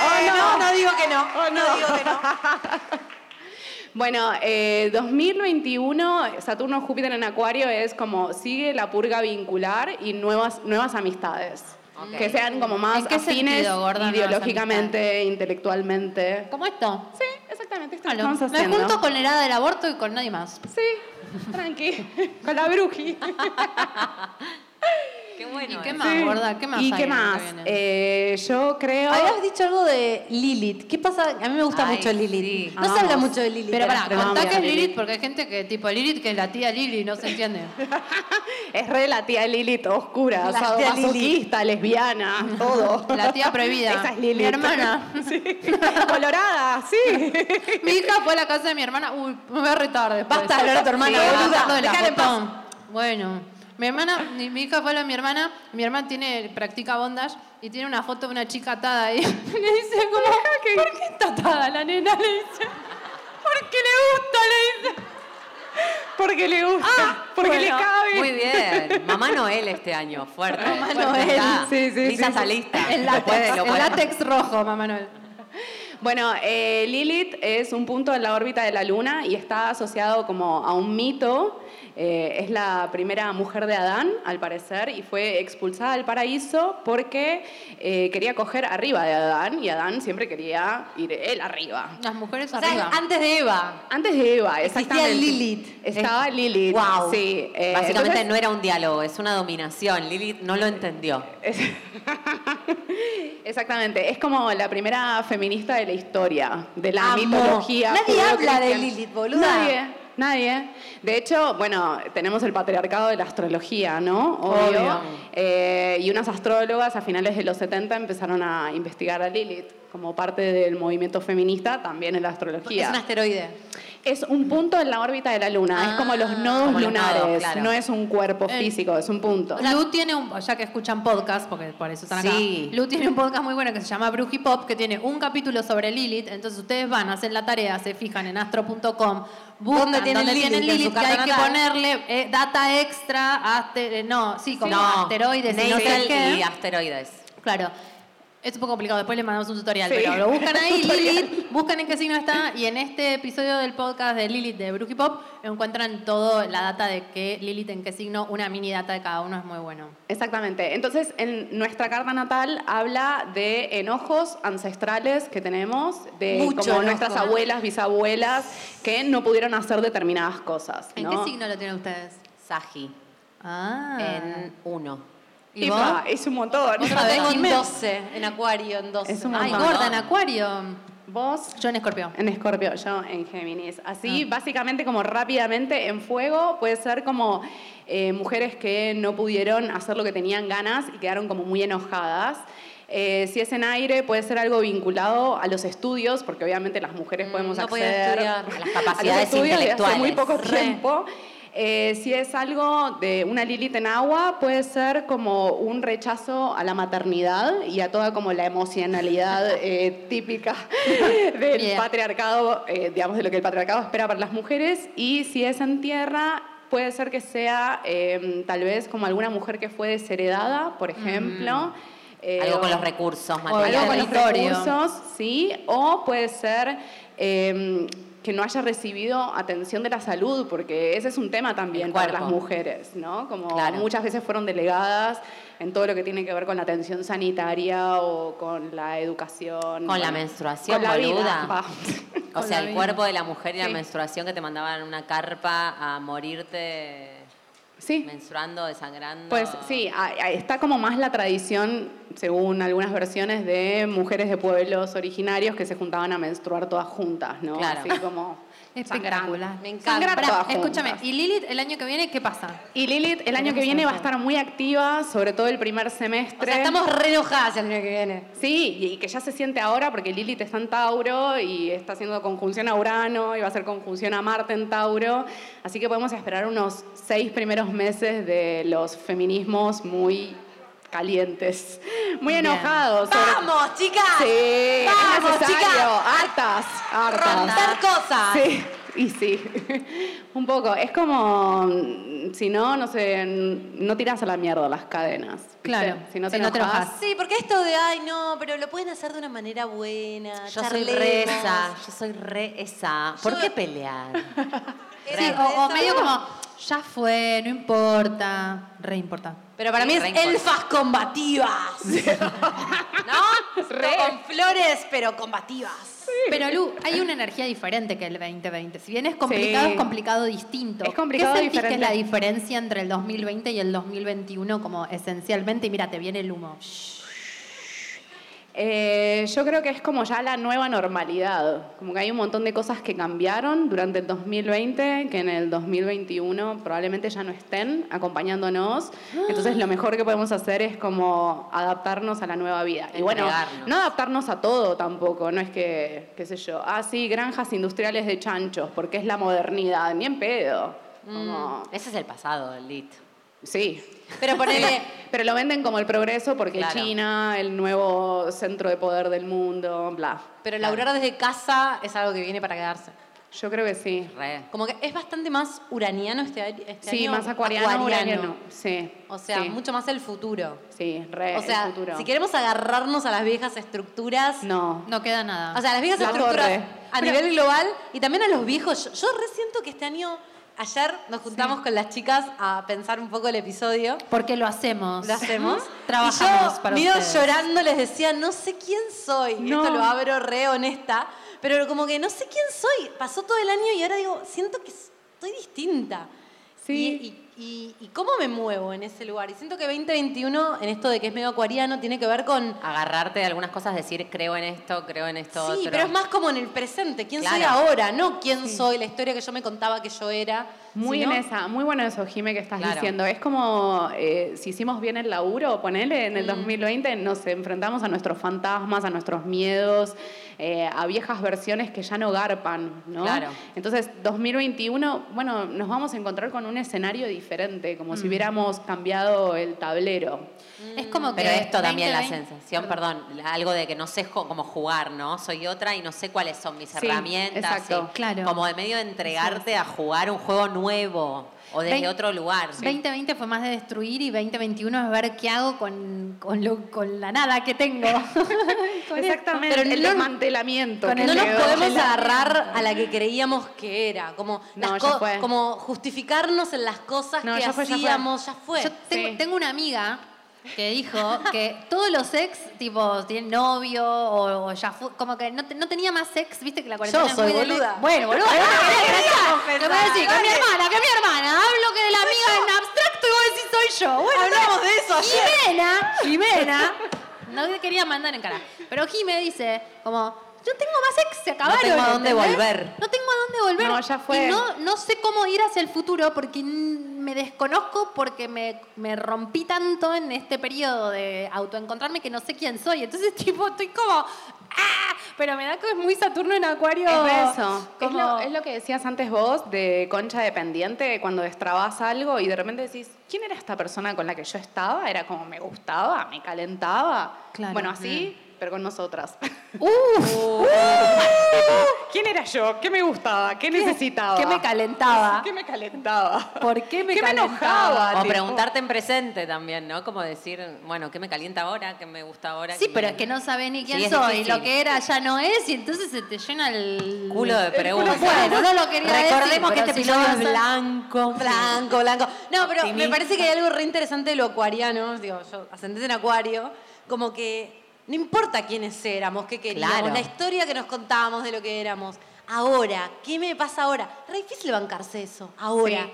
bueno, no. digo que no, no digo que no. Bueno, eh, 2021, Saturno Júpiter en Acuario es como sigue la purga vincular y nuevas, nuevas amistades. Ok. Que sean como más ¿En qué afines sentido, gorda, nuevas ideológicamente, intelectualmente. ¿Como esto? Sí, exactamente. Esto Claro, estamos Me haciendo. junto con la herada del aborto y con Ah, nadie más. Sí, tranqui, con la bruji. Qué bueno. ¿Y qué eso. más, gorda? ¿Qué más ¿Y hay qué en lo que más? viene? Eh, yo creo... Habías dicho algo de Lilith. ¿Qué pasa? A mí me gusta Ay, mucho Lilith. sí. No se habla Amamos. mucho de Lilith. Pero en pará, astrología. contá que es Lilith porque hay gente que tipo Lilith que es la tía Lili, no se entiende. Es re la tía Lilith oscura, La tía Lilith. masoquista, lesbiana, todo. La tía prohibida. Esa es Lilith. Mi hermana. Sí. Colorada, sí. Mi hija fue a la casa de mi hermana. Uy, me voy a retar después. Basta de hablar a tu hermana, Sí, boluda. hablando de la Dejala en paz. botón. Bueno, mi hermana, mi, mi hija fue a la de mi hermana. Mi hermana tiene, practica bondage y tiene una foto de una chica atada ahí. Le dice como, ¿por qué está atada la nena? Le dice, porque le gusta, le dice. Porque le gusta, Ah, porque Bueno, le cabe. Muy bien. Mamá Noel este año, fuerte. Mamá fuerte Noel. está. Sí, sí, Lisa sí, sí. Salista. El Lo puede, látex, lo el puede. látex rojo, mamá Noel. Bueno, eh, Lilith es un punto en la órbita de la Luna y está asociado como a un mito. Eh, es la primera mujer de Adán, al parecer, y fue expulsada del paraíso porque eh, quería coger arriba de Adán y Adán siempre quería ir él arriba. Las mujeres O sea, arriba. antes de Eva. Antes de Eva, exactamente. Lilith. Estaba Lilith. Wow. Sí. eh, Básicamente entonces- no era un diálogo, es una dominación. Lilith no lo entendió. Eh, Exactamente, es como la primera feminista de la historia, de la Amo. mitología. Nadie habla de judío-cristiana. Lilith, boluda. Nadie, nadie. De hecho, bueno, tenemos el patriarcado de la astrología, ¿no? Obvio. Obvio. Eh, y unas astrólogas a finales de los 70 empezaron a investigar a Lilith como parte del movimiento feminista, también en la Es astrología. un asteroide. Es un punto en la órbita de la luna, es como los nodos Como los nodos, lunares, claro. no es un cuerpo Eh, físico, es un punto. Lu tiene un, ya que escuchan podcast, porque por eso están acá. Sí. Lu tiene un podcast muy bueno que se llama Bruji Pop, que tiene un capítulo sobre Lilith. Entonces ustedes van, hacen la tarea, se fijan en astro.com, buscan ¿Dónde dónde tienen tienen Lilith en su Lilith, que carta hay que natal? ponerle eh, data extra, aste- eh, no, sí, como No. asteroides y no sé Neutral qué. y asteroides. Claro. Es un poco complicado, después les mandamos un tutorial, Sí. pero lo buscan ahí, Tutorial. Lilith, buscan en qué signo está y en este episodio del podcast de Lilith de Brookie Pop encuentran todo la data de qué Lilith en qué signo, una mini data de cada uno es muy bueno. Exactamente. Entonces, en nuestra carta natal habla de enojos ancestrales que tenemos, de Mucho enojo. como nuestras abuelas, bisabuelas, que no pudieron hacer determinadas cosas. ¿En ¿no? qué signo lo tienen ustedes? Saji. Ah. En uno. ¿Y vos? Epa, Es un montón. Vos sabés, tengo en dime. 12, en acuario, en 12. Es un Ay, montón. gorda en acuario. ¿Vos? Yo en escorpio. En Escorpio, yo en Géminis. Así, Ah. básicamente, como rápidamente en fuego, puede ser como eh, mujeres que no pudieron hacer lo que tenían ganas y quedaron como muy enojadas. Eh, si es en aire, puede ser algo vinculado a los estudios, porque obviamente las mujeres podemos Mm, no podían acceder estudiar. A las a los capacidades estudios de hace muy intelectuales. poco Re. tiempo. Eh, si es algo de una Lilith en agua, puede ser como un rechazo a la maternidad y a toda como la emocionalidad eh, típica del Bien. patriarcado, eh, digamos, de lo que el patriarcado espera para las mujeres. Y si es en tierra, puede ser que sea eh, tal vez como alguna mujer que fue desheredada, por ejemplo. eh, Mm. Algo con o- los recursos, o algo con los territorio. recursos, sí, o puede ser eh, que no haya recibido atención de la salud, porque ese es un tema también para las cuerpo. mujeres, ¿no? Como Claro. muchas veces fueron delegadas en todo lo que tiene que ver con la atención sanitaria o con la educación. Con la bueno, menstruación, con la vida, boluda. va. O Con sea, la el vida. cuerpo de la mujer y la Sí. menstruación que te mandaban en una carpa a morirte Sí. menstruando, desangrando. Pues sí, a- a- está como más la tradición, según algunas versiones, de mujeres de pueblos originarios que se juntaban a menstruar todas juntas, ¿no? Claro. Así como Espectacular. Me Sangrar encanta. Pará, todas escúchame, juntas. ¿y Lilith el año que viene qué pasa? Y Lilith el año que viene va a estar muy activa, sobre todo el primer semestre. O sea, estamos re enojadas el año que viene. Sí, y- y que ya se siente ahora porque Lilith está en Tauro y está haciendo conjunción a Urano y va a hacer conjunción a Marte en Tauro. Así que podemos esperar unos seis primeros meses de los feminismos muy calientes, muy enojados. sobre- ¡Vamos, chicas! Sí, ¡Vamos, es necesario. chicas! Hartas, hartas. Romper cosas. Sí, y sí. Un poco. Es como, mm, si no, no sé, n- no tiras a la mierda las cadenas. ¿viste? Claro, Si no te, si no te enojas. enojas. Sí, porque esto de, ay, no, pero lo pueden hacer de una manera buena. Yo soy re charlemos. esa, yo soy re esa. ¿Por Yo- qué pelear? Sí, o, o medio como, ya fue, no importa, re importa. Pero para mí es Re importa. elfas combativas. ¿No? Con flores, pero combativas. Pero Lu, hay una energía diferente que el 2020. Si bien es complicado, Sí. es complicado distinto. Es complicado, ¿Qué sentís que es diferente. la diferencia entre el 2020 y el 2021 como esencialmente? Y mira, te viene el humo. Eh, yo creo que es como ya la nueva normalidad. Como que hay un montón de cosas que cambiaron durante el 2020, que en el 2021 probablemente ya no estén acompañándonos. Ah. Entonces lo mejor que podemos hacer es como adaptarnos a la nueva vida. Y bueno, Entregarnos. no adaptarnos a todo tampoco. No es que, qué sé yo, ah, sí, granjas industriales de chanchos, porque es la modernidad. Ni en pedo. Mm. Como, Ese es el pasado, el lit. sí. Pero ponele, Pero lo venden como el progreso porque Claro. China, el nuevo centro de poder del mundo, bla. pero laburar desde casa es algo que viene para quedarse. Yo creo que sí. Re. Como que es bastante más uraniano este, a- este Sí, año. más acuariano, uraniano. Sí. O sea, sí, mucho más el futuro. sí, re o sea, el futuro. si queremos agarrarnos a las viejas estructuras, No. No queda nada. O sea, las viejas La estructuras torre. a nivel global y también a los viejos. Yo, yo resiento que este año, ayer nos juntamos con las chicas a pensar un poco el episodio. Porque lo hacemos. Lo hacemos. Trabajamos y yo, para medio ustedes. llorando, les decía, no sé quién soy. No. Esto lo abro re honesta. Pero como que no sé quién soy. Pasó todo el año y ahora digo, siento que estoy distinta. Sí. Y, y- y- y cómo me muevo en ese lugar. Y siento que 2021, en esto de que es medio acuariano, tiene que ver con Agarrarte de algunas cosas, decir creo en esto, creo en esto Sí, otro. pero es más como en el presente, quién soy Claro. ahora, no quién soy, la historia que yo me contaba que yo era. Muy sino- en esa, muy bueno eso, Jime, que estás Claro. diciendo. Es como eh, si hicimos bien el laburo, ponele, en el 2020 nos enfrentamos a nuestros fantasmas, a nuestros miedos, eh, a viejas versiones que ya no garpan, ¿no? Claro. Entonces, 2021, bueno, nos vamos a encontrar con un escenario diferente, como Mm. si hubiéramos cambiado el tablero. es como que Pero esto también, la 2020 sensación, perdón, la- algo de que no sé jo- cómo jugar, ¿no? Soy otra y no sé cuáles son mis Sí, herramientas. exacto. sí. Claro. Como de medio de entregarte a jugar un juego nuevo. O desde otro lugar. 2020 fue más de destruir y 2021 es ver qué hago con, con, lo- con la nada que tengo. Con Exactamente, esto. el desmantelamiento. no nos podemos agarrar a la que creíamos que era, como, No, las ya co- fue. como justificarnos en las cosas No, que ya fue, ya fue. hacíamos, ya fue. Yo tengo, tengo una amiga que dijo que todos los ex, tipo, tienen novio o, o ya fue, como que no, te- no tenía más ex, viste que la cuarentena es soy muy de- boluda. Bueno, boluda, no me querés Vamos cachar. a Te voy a decir que pensar, mi dale. hermana, que mi hermana, hablo que de la amiga en abstracto y vos decís soy yo. Bueno, Hablamos no, de eso ayer. Jimena, Jimena, no te quería mandar en cara, pero Jime dice, como... Yo tengo más ex, se acabaron. tengo a dónde ¿entendés? volver. No tengo a dónde volver. No, ya fue. Y no, no sé cómo ir hacia el futuro porque n- me desconozco, porque me, me rompí tanto en este periodo de autoencontrarme que no sé quién soy. Entonces, tipo, estoy como... ¡ah! Pero me da que es muy Saturno en Acuario. Es eso. Es Como- lo, es lo que decías antes vos de concha dependiente, de cuando destrabas algo y de repente decís, ¿quién era esta persona con la que yo estaba? Era como me gustaba, me calentaba. Claro. Mm. Bueno, así, pero con nosotras. ¿Quién era yo? ¿Qué me gustaba? ¿Qué necesitaba? qué me Ah. calentaba? ¿Qué me calentaba? ¿Por qué me ¿Qué me calentaba? enojaba, O tipo? preguntarte en presente también, ¿no? Como decir, bueno, ¿qué me calienta ahora? ¿Qué me gusta ahora? Sí, ¿Qué pero me- es que no sabe ni quién Sí, es soy. difícil. Lo que era ya no es y entonces se te llena el... Culo de el preguntas. Bueno, no lo quería decir, Recordemos que pero este si lo episodio vas es a- blanco, blanco, blanco. No, pero me Optimista. parece que hay algo re interesante de lo acuariano, digo, yo ascendente en acuario, como que no importa quiénes éramos, qué queríamos, Claro. la historia que nos contábamos de lo que éramos. Ahora, ¿qué me pasa ahora? Re difícil bancarse eso, ahora.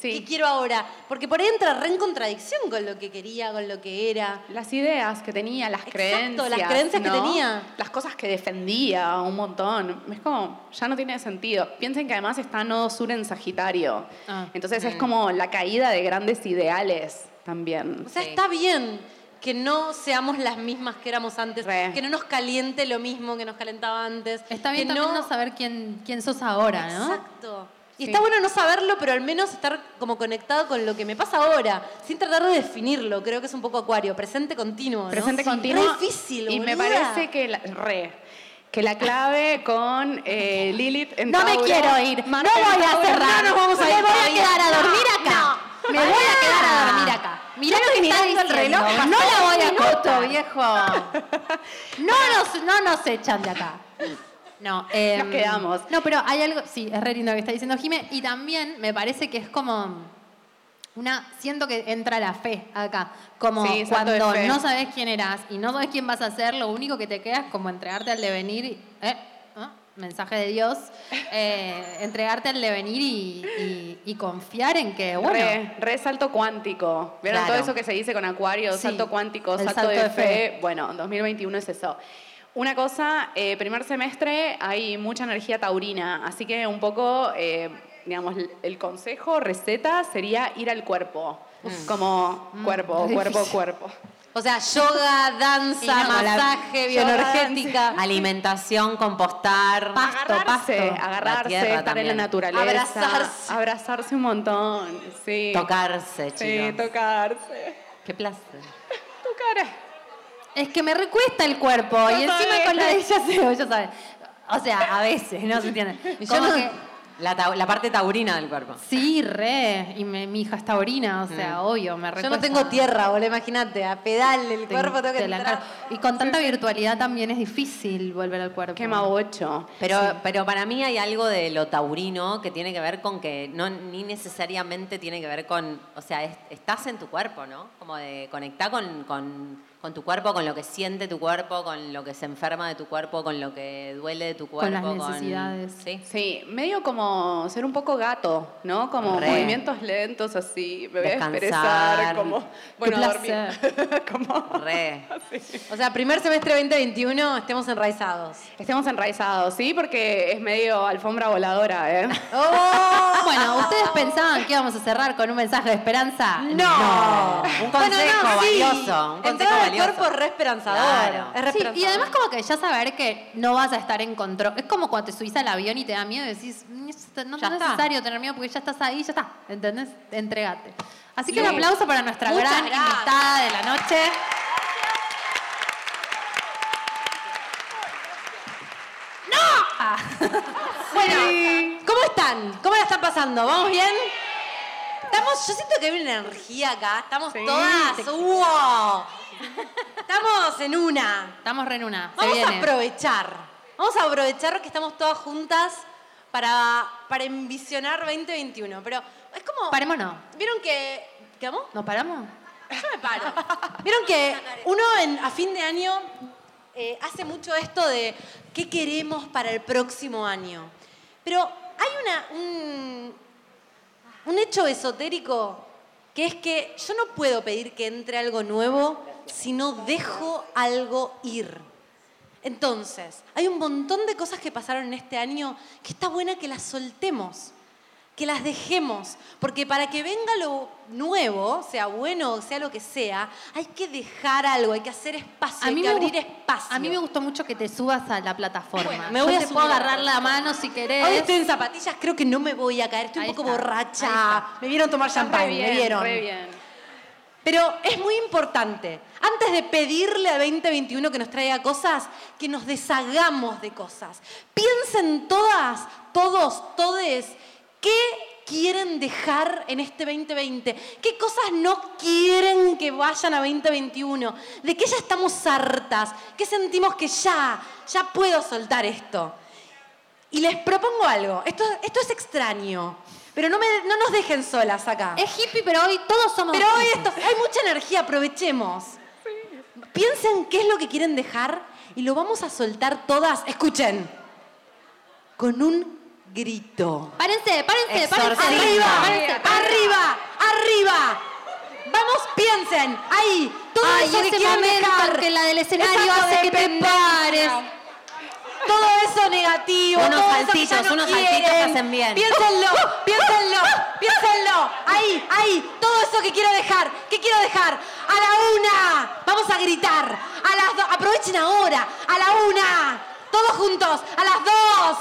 ¿Qué quiero ahora? Porque por ahí entra re en contradicción con lo que quería, con lo que era. Las ideas que tenía, las creencias. las creencias que ¿no? tenía. Las cosas que defendía un montón. Es como, ya no tiene sentido. Piensen que además está Nodo Sur en Sagitario. Ah, Entonces mm. es como la caída de grandes ideales también. O sea, está bien que no seamos las mismas que éramos antes, que no nos caliente lo mismo que nos calentaba antes. Está bien que también no saber quién, quién sos ahora, ¿no? Exacto. Y Sí. está bueno no saberlo, pero al menos estar como conectado con lo que me pasa ahora, sin tratar de definirlo. Creo que es un poco acuario, presente continuo. ¿no? Presente Sí. continuo. Re difícil, Y me boluda. parece que la, re, que la clave con eh, Lilith en No me Tauro, quiero ir. Marte no voy en a Tauro. cerrar. No nos vamos a ir Me voy a todavía. quedar a No, dormir acá. Me voy a quedar a Ah. dormir acá. Mirá lo que está diciendo. el reloj, No pasó la un voy a minuto, coto, viejo. No nos, no nos echan de acá. No, Nos em, quedamos. No, pero hay algo, sí, es re lindo lo que está diciendo Jime. Y también me parece que es como una, siento que entra la fe acá. Como Sí, salto de cuando fe. no sabes quién eras y no sabes quién vas a ser, lo único que te queda es como entregarte al devenir. y- ¿eh? ¿Ah? Mensaje de Dios. Eh, entregarte al devenir y, y- y confiar en que, bueno. Re, re salto cuántico. ¿Vieron Claro. todo eso que se dice con Acuario? Sí, Salto cuántico, el salto, salto de, de fe. fe. Bueno, 2021 es eso. Una cosa, eh, primer semestre hay mucha energía taurina, así que un poco, eh, digamos, l- el consejo, receta sería ir al cuerpo. Como cuerpo, re cuerpo, difícil. cuerpo. O sea, yoga, Y danza, no, masaje, la- bioenergética. Alimentación, compostar. Pasto, Agarrarse, La agarrarse, tierra estar en también. la naturaleza. Abrazarse. Abrazarse un montón, sí. Tocarse, Sí, chicos. tocarse. Qué placer. Tocar. Es que me recuesta el cuerpo Ya y encima sabes. con la de ya sé, ya sabes. O sea, a veces, no se entiende. Y yo Como no- que- La, tau- la parte taurina del cuerpo. sí, re. Y me- mi hija está orina, o sea, obvio, me Mm. Yo recuesta. no tengo tierra, boludo, imagínate, a pedal, el cuerpo tengo que Te la entrar. encargo. Y con tanta virtualidad también es difícil volver al cuerpo. Quema bocho. Pero, pero para mí hay algo de lo taurino que tiene que ver con que no ni necesariamente tiene que ver con, o sea, es- estás en tu cuerpo, ¿no? Como de conectar con, con- con tu cuerpo, con lo que siente tu cuerpo, con lo que se enferma de tu cuerpo, con lo que duele de tu Con cuerpo. las necesidades. sí. Sí, medio como ser un poco gato, ¿no? Como Re. movimientos lentos así, me voy a Descansar. expresar, como, bueno, a dormir. placer. Re. O sea, primer semestre 2021, estemos enraizados. Estemos enraizados, ¿sí? Porque es medio alfombra voladora, ¿eh? Ah, Oh. Bueno, ¿ustedes pensaban que íbamos a cerrar con un mensaje de esperanza? No. Un consejo no, sí. valioso. Un consejo Entrar al valioso. cuerpo es re esperanzador. Claro. Es re Sí, y esperanzador. además como que ya saber que no vas a estar en control. Es como cuando te subís al avión y te da miedo y decís, "Mm, esto no, Ya no es está. necesario tener miedo porque ya estás ahí, ya está. ¿Entendés? Entregate. Así que Sí. un aplauso para nuestra Muchas gran gracias. invitada de la noche. Bueno, ¿cómo están? ¿Cómo la están pasando? ¿Vamos bien? Estamos, yo siento que hay una energía acá. Estamos todas. ¡Wow! Estamos en una. Estamos re en una. Se Vamos a viene. aprovechar. Vamos a aprovechar que estamos todas juntas para, para envisionar 2021. Pero es como. Parémonos. ¿Vieron que. ¿Qué vamos? ¿Nos paramos? Yo me paro. Vieron que uno en- a fin de año eh, hace mucho esto de qué queremos para el próximo año. Pero hay una, un, un hecho esotérico que es que yo no puedo pedir que entre algo nuevo si no dejo algo ir. Entonces, hay un montón de cosas que pasaron en este año que está buena que las soltemos que las dejemos, porque para que venga lo nuevo, sea bueno o sea lo que sea, hay que dejar algo, hay que hacer espacio, hay que abrir gust- espacio. a mí me gustó mucho que te subas a la plataforma. me Yo voy a te subir puedo a la agarrar la mano si querés. Hoy estoy en zapatillas, creo que no me voy a caer, estoy un poco borracha. Me vieron tomar champán, me vieron. Pero es muy importante, antes de pedirle al 2021 que nos traiga cosas, que nos deshagamos de cosas. Piensen todas, todos, todes, ¿qué quieren dejar en este 2020? ¿Qué cosas no quieren que vayan a 2021? ¿De qué ya estamos hartas? ¿Qué sentimos que ya, ya puedo soltar esto? Y les propongo algo, esto, esto es extraño, pero no, me, no nos dejen solas acá. Es hippie, pero hoy todos somos Pero hoy esto, hay mucha energía, aprovechemos. Piensen qué es lo que quieren dejar y lo vamos a soltar todas, escuchen, con un grito. Párense, párense, Exorcismo. párense. Arriba, Párense, párense. arriba, arriba. Vamos, piensen, ahí, todo Ay, eso que ese quieren momento dejar. que la del escenario Exacto, hace de que te pendencia. pares. Todo eso negativo, Unos todo eso que saltitos, ya no unos quieren. saltitos hacen bien. Piénsenlo, piénsenlo, piénsenlo. Ahí, ahí, todo eso que quiero dejar, que quiero dejar. A la una, vamos a gritar. A las dos, aprovechen ahora. A la una, todos juntos. A las dos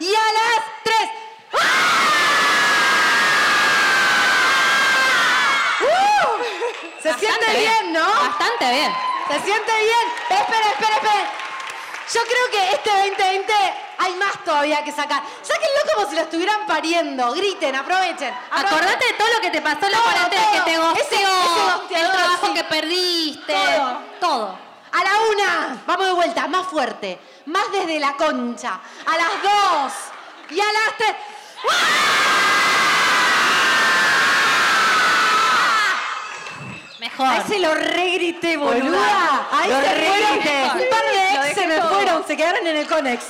y a las tres. ¡Uh! Se siente bien, ¿no? Bastante bien. Se siente bien. Pero espera, espera, espera. Yo creo que este 2020 hay más todavía que sacar. Sáquenlo como si lo estuvieran pariendo. Griten, aprovechen. Acordate de Ah, todo lo que te pasó en la cuarentena, que te gosteó, Ese- ese el gosteador, trabajo sí. que perdiste, Todo. todo. A la una, vamos de vuelta, más fuerte, más desde la concha. A las dos y a las tres. Mejor. Ahí se lo regrité, boluda. Boluda, Ahí lo se regrité. fueron. Un par de Lo ex se dejé me todo. fueron, se quedaron en el Conex.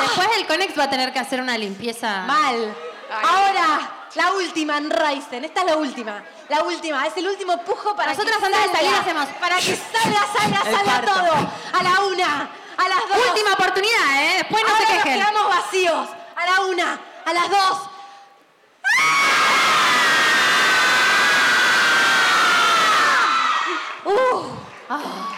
Después el Conex va a tener que hacer una limpieza. Mal. Ahora, la última en Ryzen. Esta es la última. La última. Es el último pujo para Nosotras que antes de salga. salir hacemos- Para que salga, salga, El salga parto. todo. A la una, a las dos. Última oportunidad, ¿eh? Después no Ahora se quejen. Nos quedamos vacíos. A la una, a las dos. ¡Ah! ¡Ah! ¡Uh!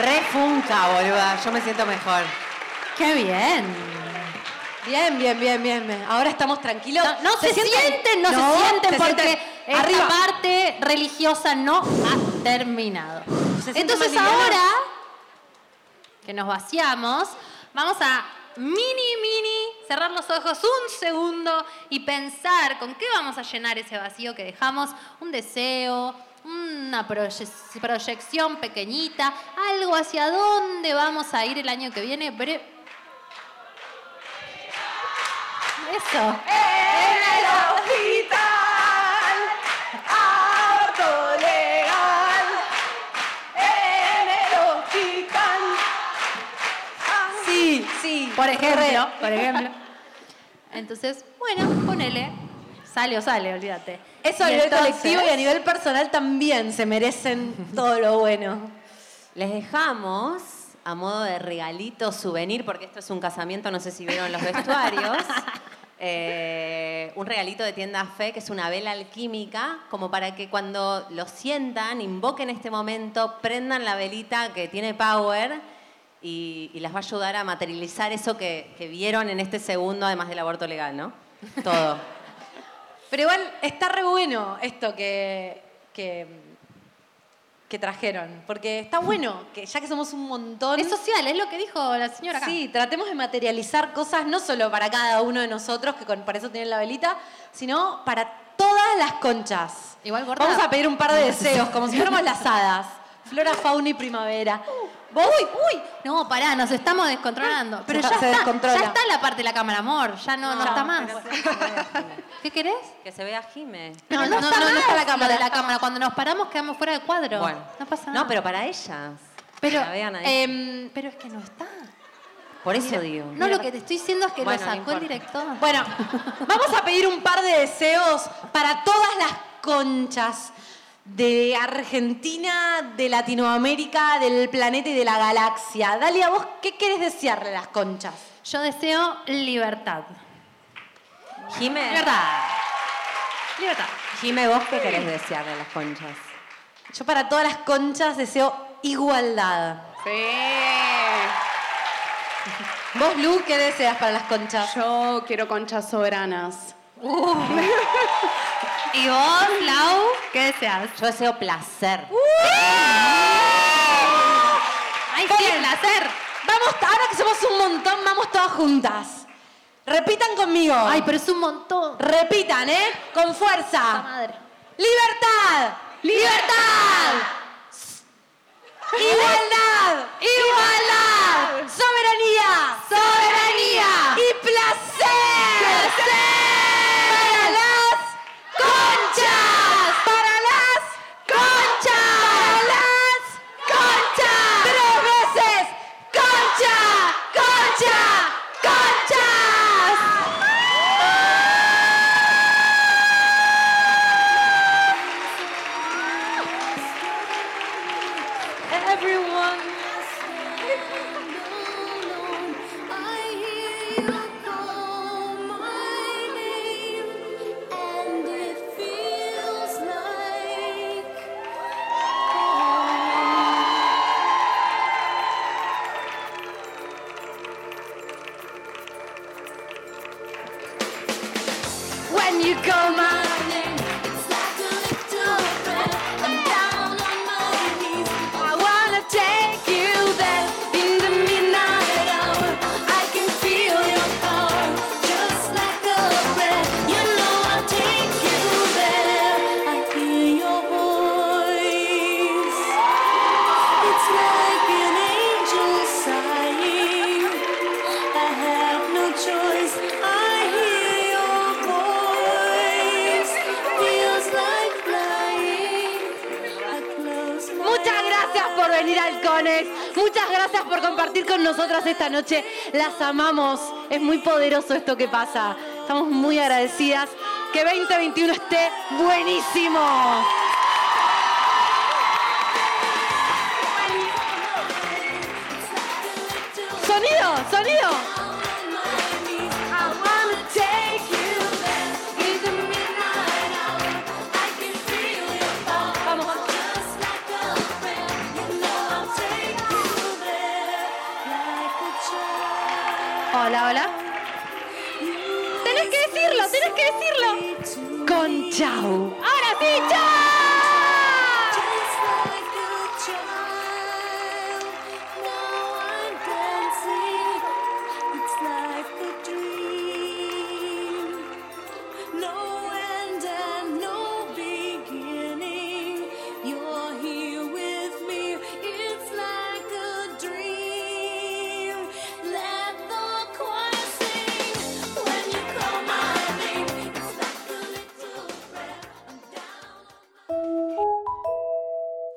Refunca, boluda. Yo me siento mejor. ¡Qué bien! Bien, bien, bien, bien, bien. Ahora estamos tranquilos. No se, sienten, no, se sienten porque esta arriba. parte religiosa no ha terminado. sienten Entonces más livianos. ahora que nos vaciamos, vamos a mini, mini, cerrar los ojos un segundo y pensar con qué vamos a llenar ese vacío que dejamos, un deseo, una proye- proyección pequeñita, algo hacia dónde vamos a ir el año que viene. bre- Eso. Aborto legal en el hospital. Sí, sí. Por ejemplo, por ejemplo. Entonces, bueno, ponele. Sale o sale, olvídate. Eso a nivel colectivo y a nivel personal también se merecen todo lo bueno. Les dejamos a modo de regalito, souvenir, porque esto es un casamiento, no sé si vieron los vestuarios. eh, un regalito de tienda Fe, que es una vela alquímica, como para que cuando lo sientan, invoquen este momento, prendan la velita que tiene power y, y las va a ayudar a materializar eso que, que vieron en este segundo, además del aborto legal, ¿no? Todo. Pero igual está re bueno esto que, que, que trajeron, porque está bueno, que ya que somos un montón... Es social, es lo que dijo la señora acá. Sí, tratemos de materializar cosas no solo para cada uno de nosotros, que con, para eso tienen la velita, sino para todas las conchas. Igual gorda. Vamos a pedir un par de deseos, como si fuéramos las hadas. Flora, fauna y primavera. ¿Vos? Uh. Uy, uy. No, pará, nos estamos descontrolando. Pero Se- ya, se está, descontrola. ya está la parte de la cámara, amor. Ya no, no, No, está pero más. ¿Qué querés? Que se vea Jime. No, no, no, no está la cámara. la cámara. Cuando nos paramos quedamos fuera de cuadro. Bueno. No pasa nada. No, pero para ellas. Pero, Que la vean ahí. em, pero es que no está. Por eso digo. No, lo que te estoy diciendo es que Bueno, lo no sacó el importa. director. Bueno, vamos a pedir un par de deseos para todas las conchas de Argentina, de Latinoamérica, del planeta y de la galaxia. Dalia, ¿vos qué querés desearle a las conchas? Yo deseo libertad. Jime. Libertad. Libertad. Jime, ¿vos qué querés desearle a las conchas? Yo para todas las conchas deseo igualdad. Sí. ¿Vos, Lu, qué deseas para las conchas? Yo quiero conchas soberanas. ¿Y vos, Lau, qué deseas? Yo deseo placer. ¡Ay, qué placer! Vamos, ahora que somos un montón, vamos todas juntas. Repitan conmigo. Ay, pero es un montón. Repitan, ¿eh? Con La fuerza. madre. Libertad. Libertad. Igualdad. Igualdad. Soberanía. Soberanía. Y placer. Para las conchas. Para las conchas. Para las conchas. Tres veces. Concha. Concha. Conchas. Everyone. When you call my name, it's like a little prayer. I'm down on my knees. I wanna take you there in the midnight hour. I can feel your power, just like a breath. You know I'll take you there. I hear your voice. It's like an angel sighing. I have no choice. I hear your voice. Feels like flying. I close my Muchas gracias por venir al CONEX. Muchas gracias por compartir con nosotras esta noche. Las amamos. Es muy poderoso esto que pasa. Estamos muy agradecidas. Que 2021 esté buenísimo. Sonido, sonido. Vamos. Hola, hola. Tenés que decirlo, tenés que decirlo. Con chau. Ahora sí, chau.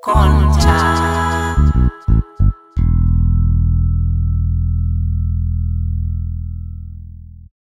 Concha.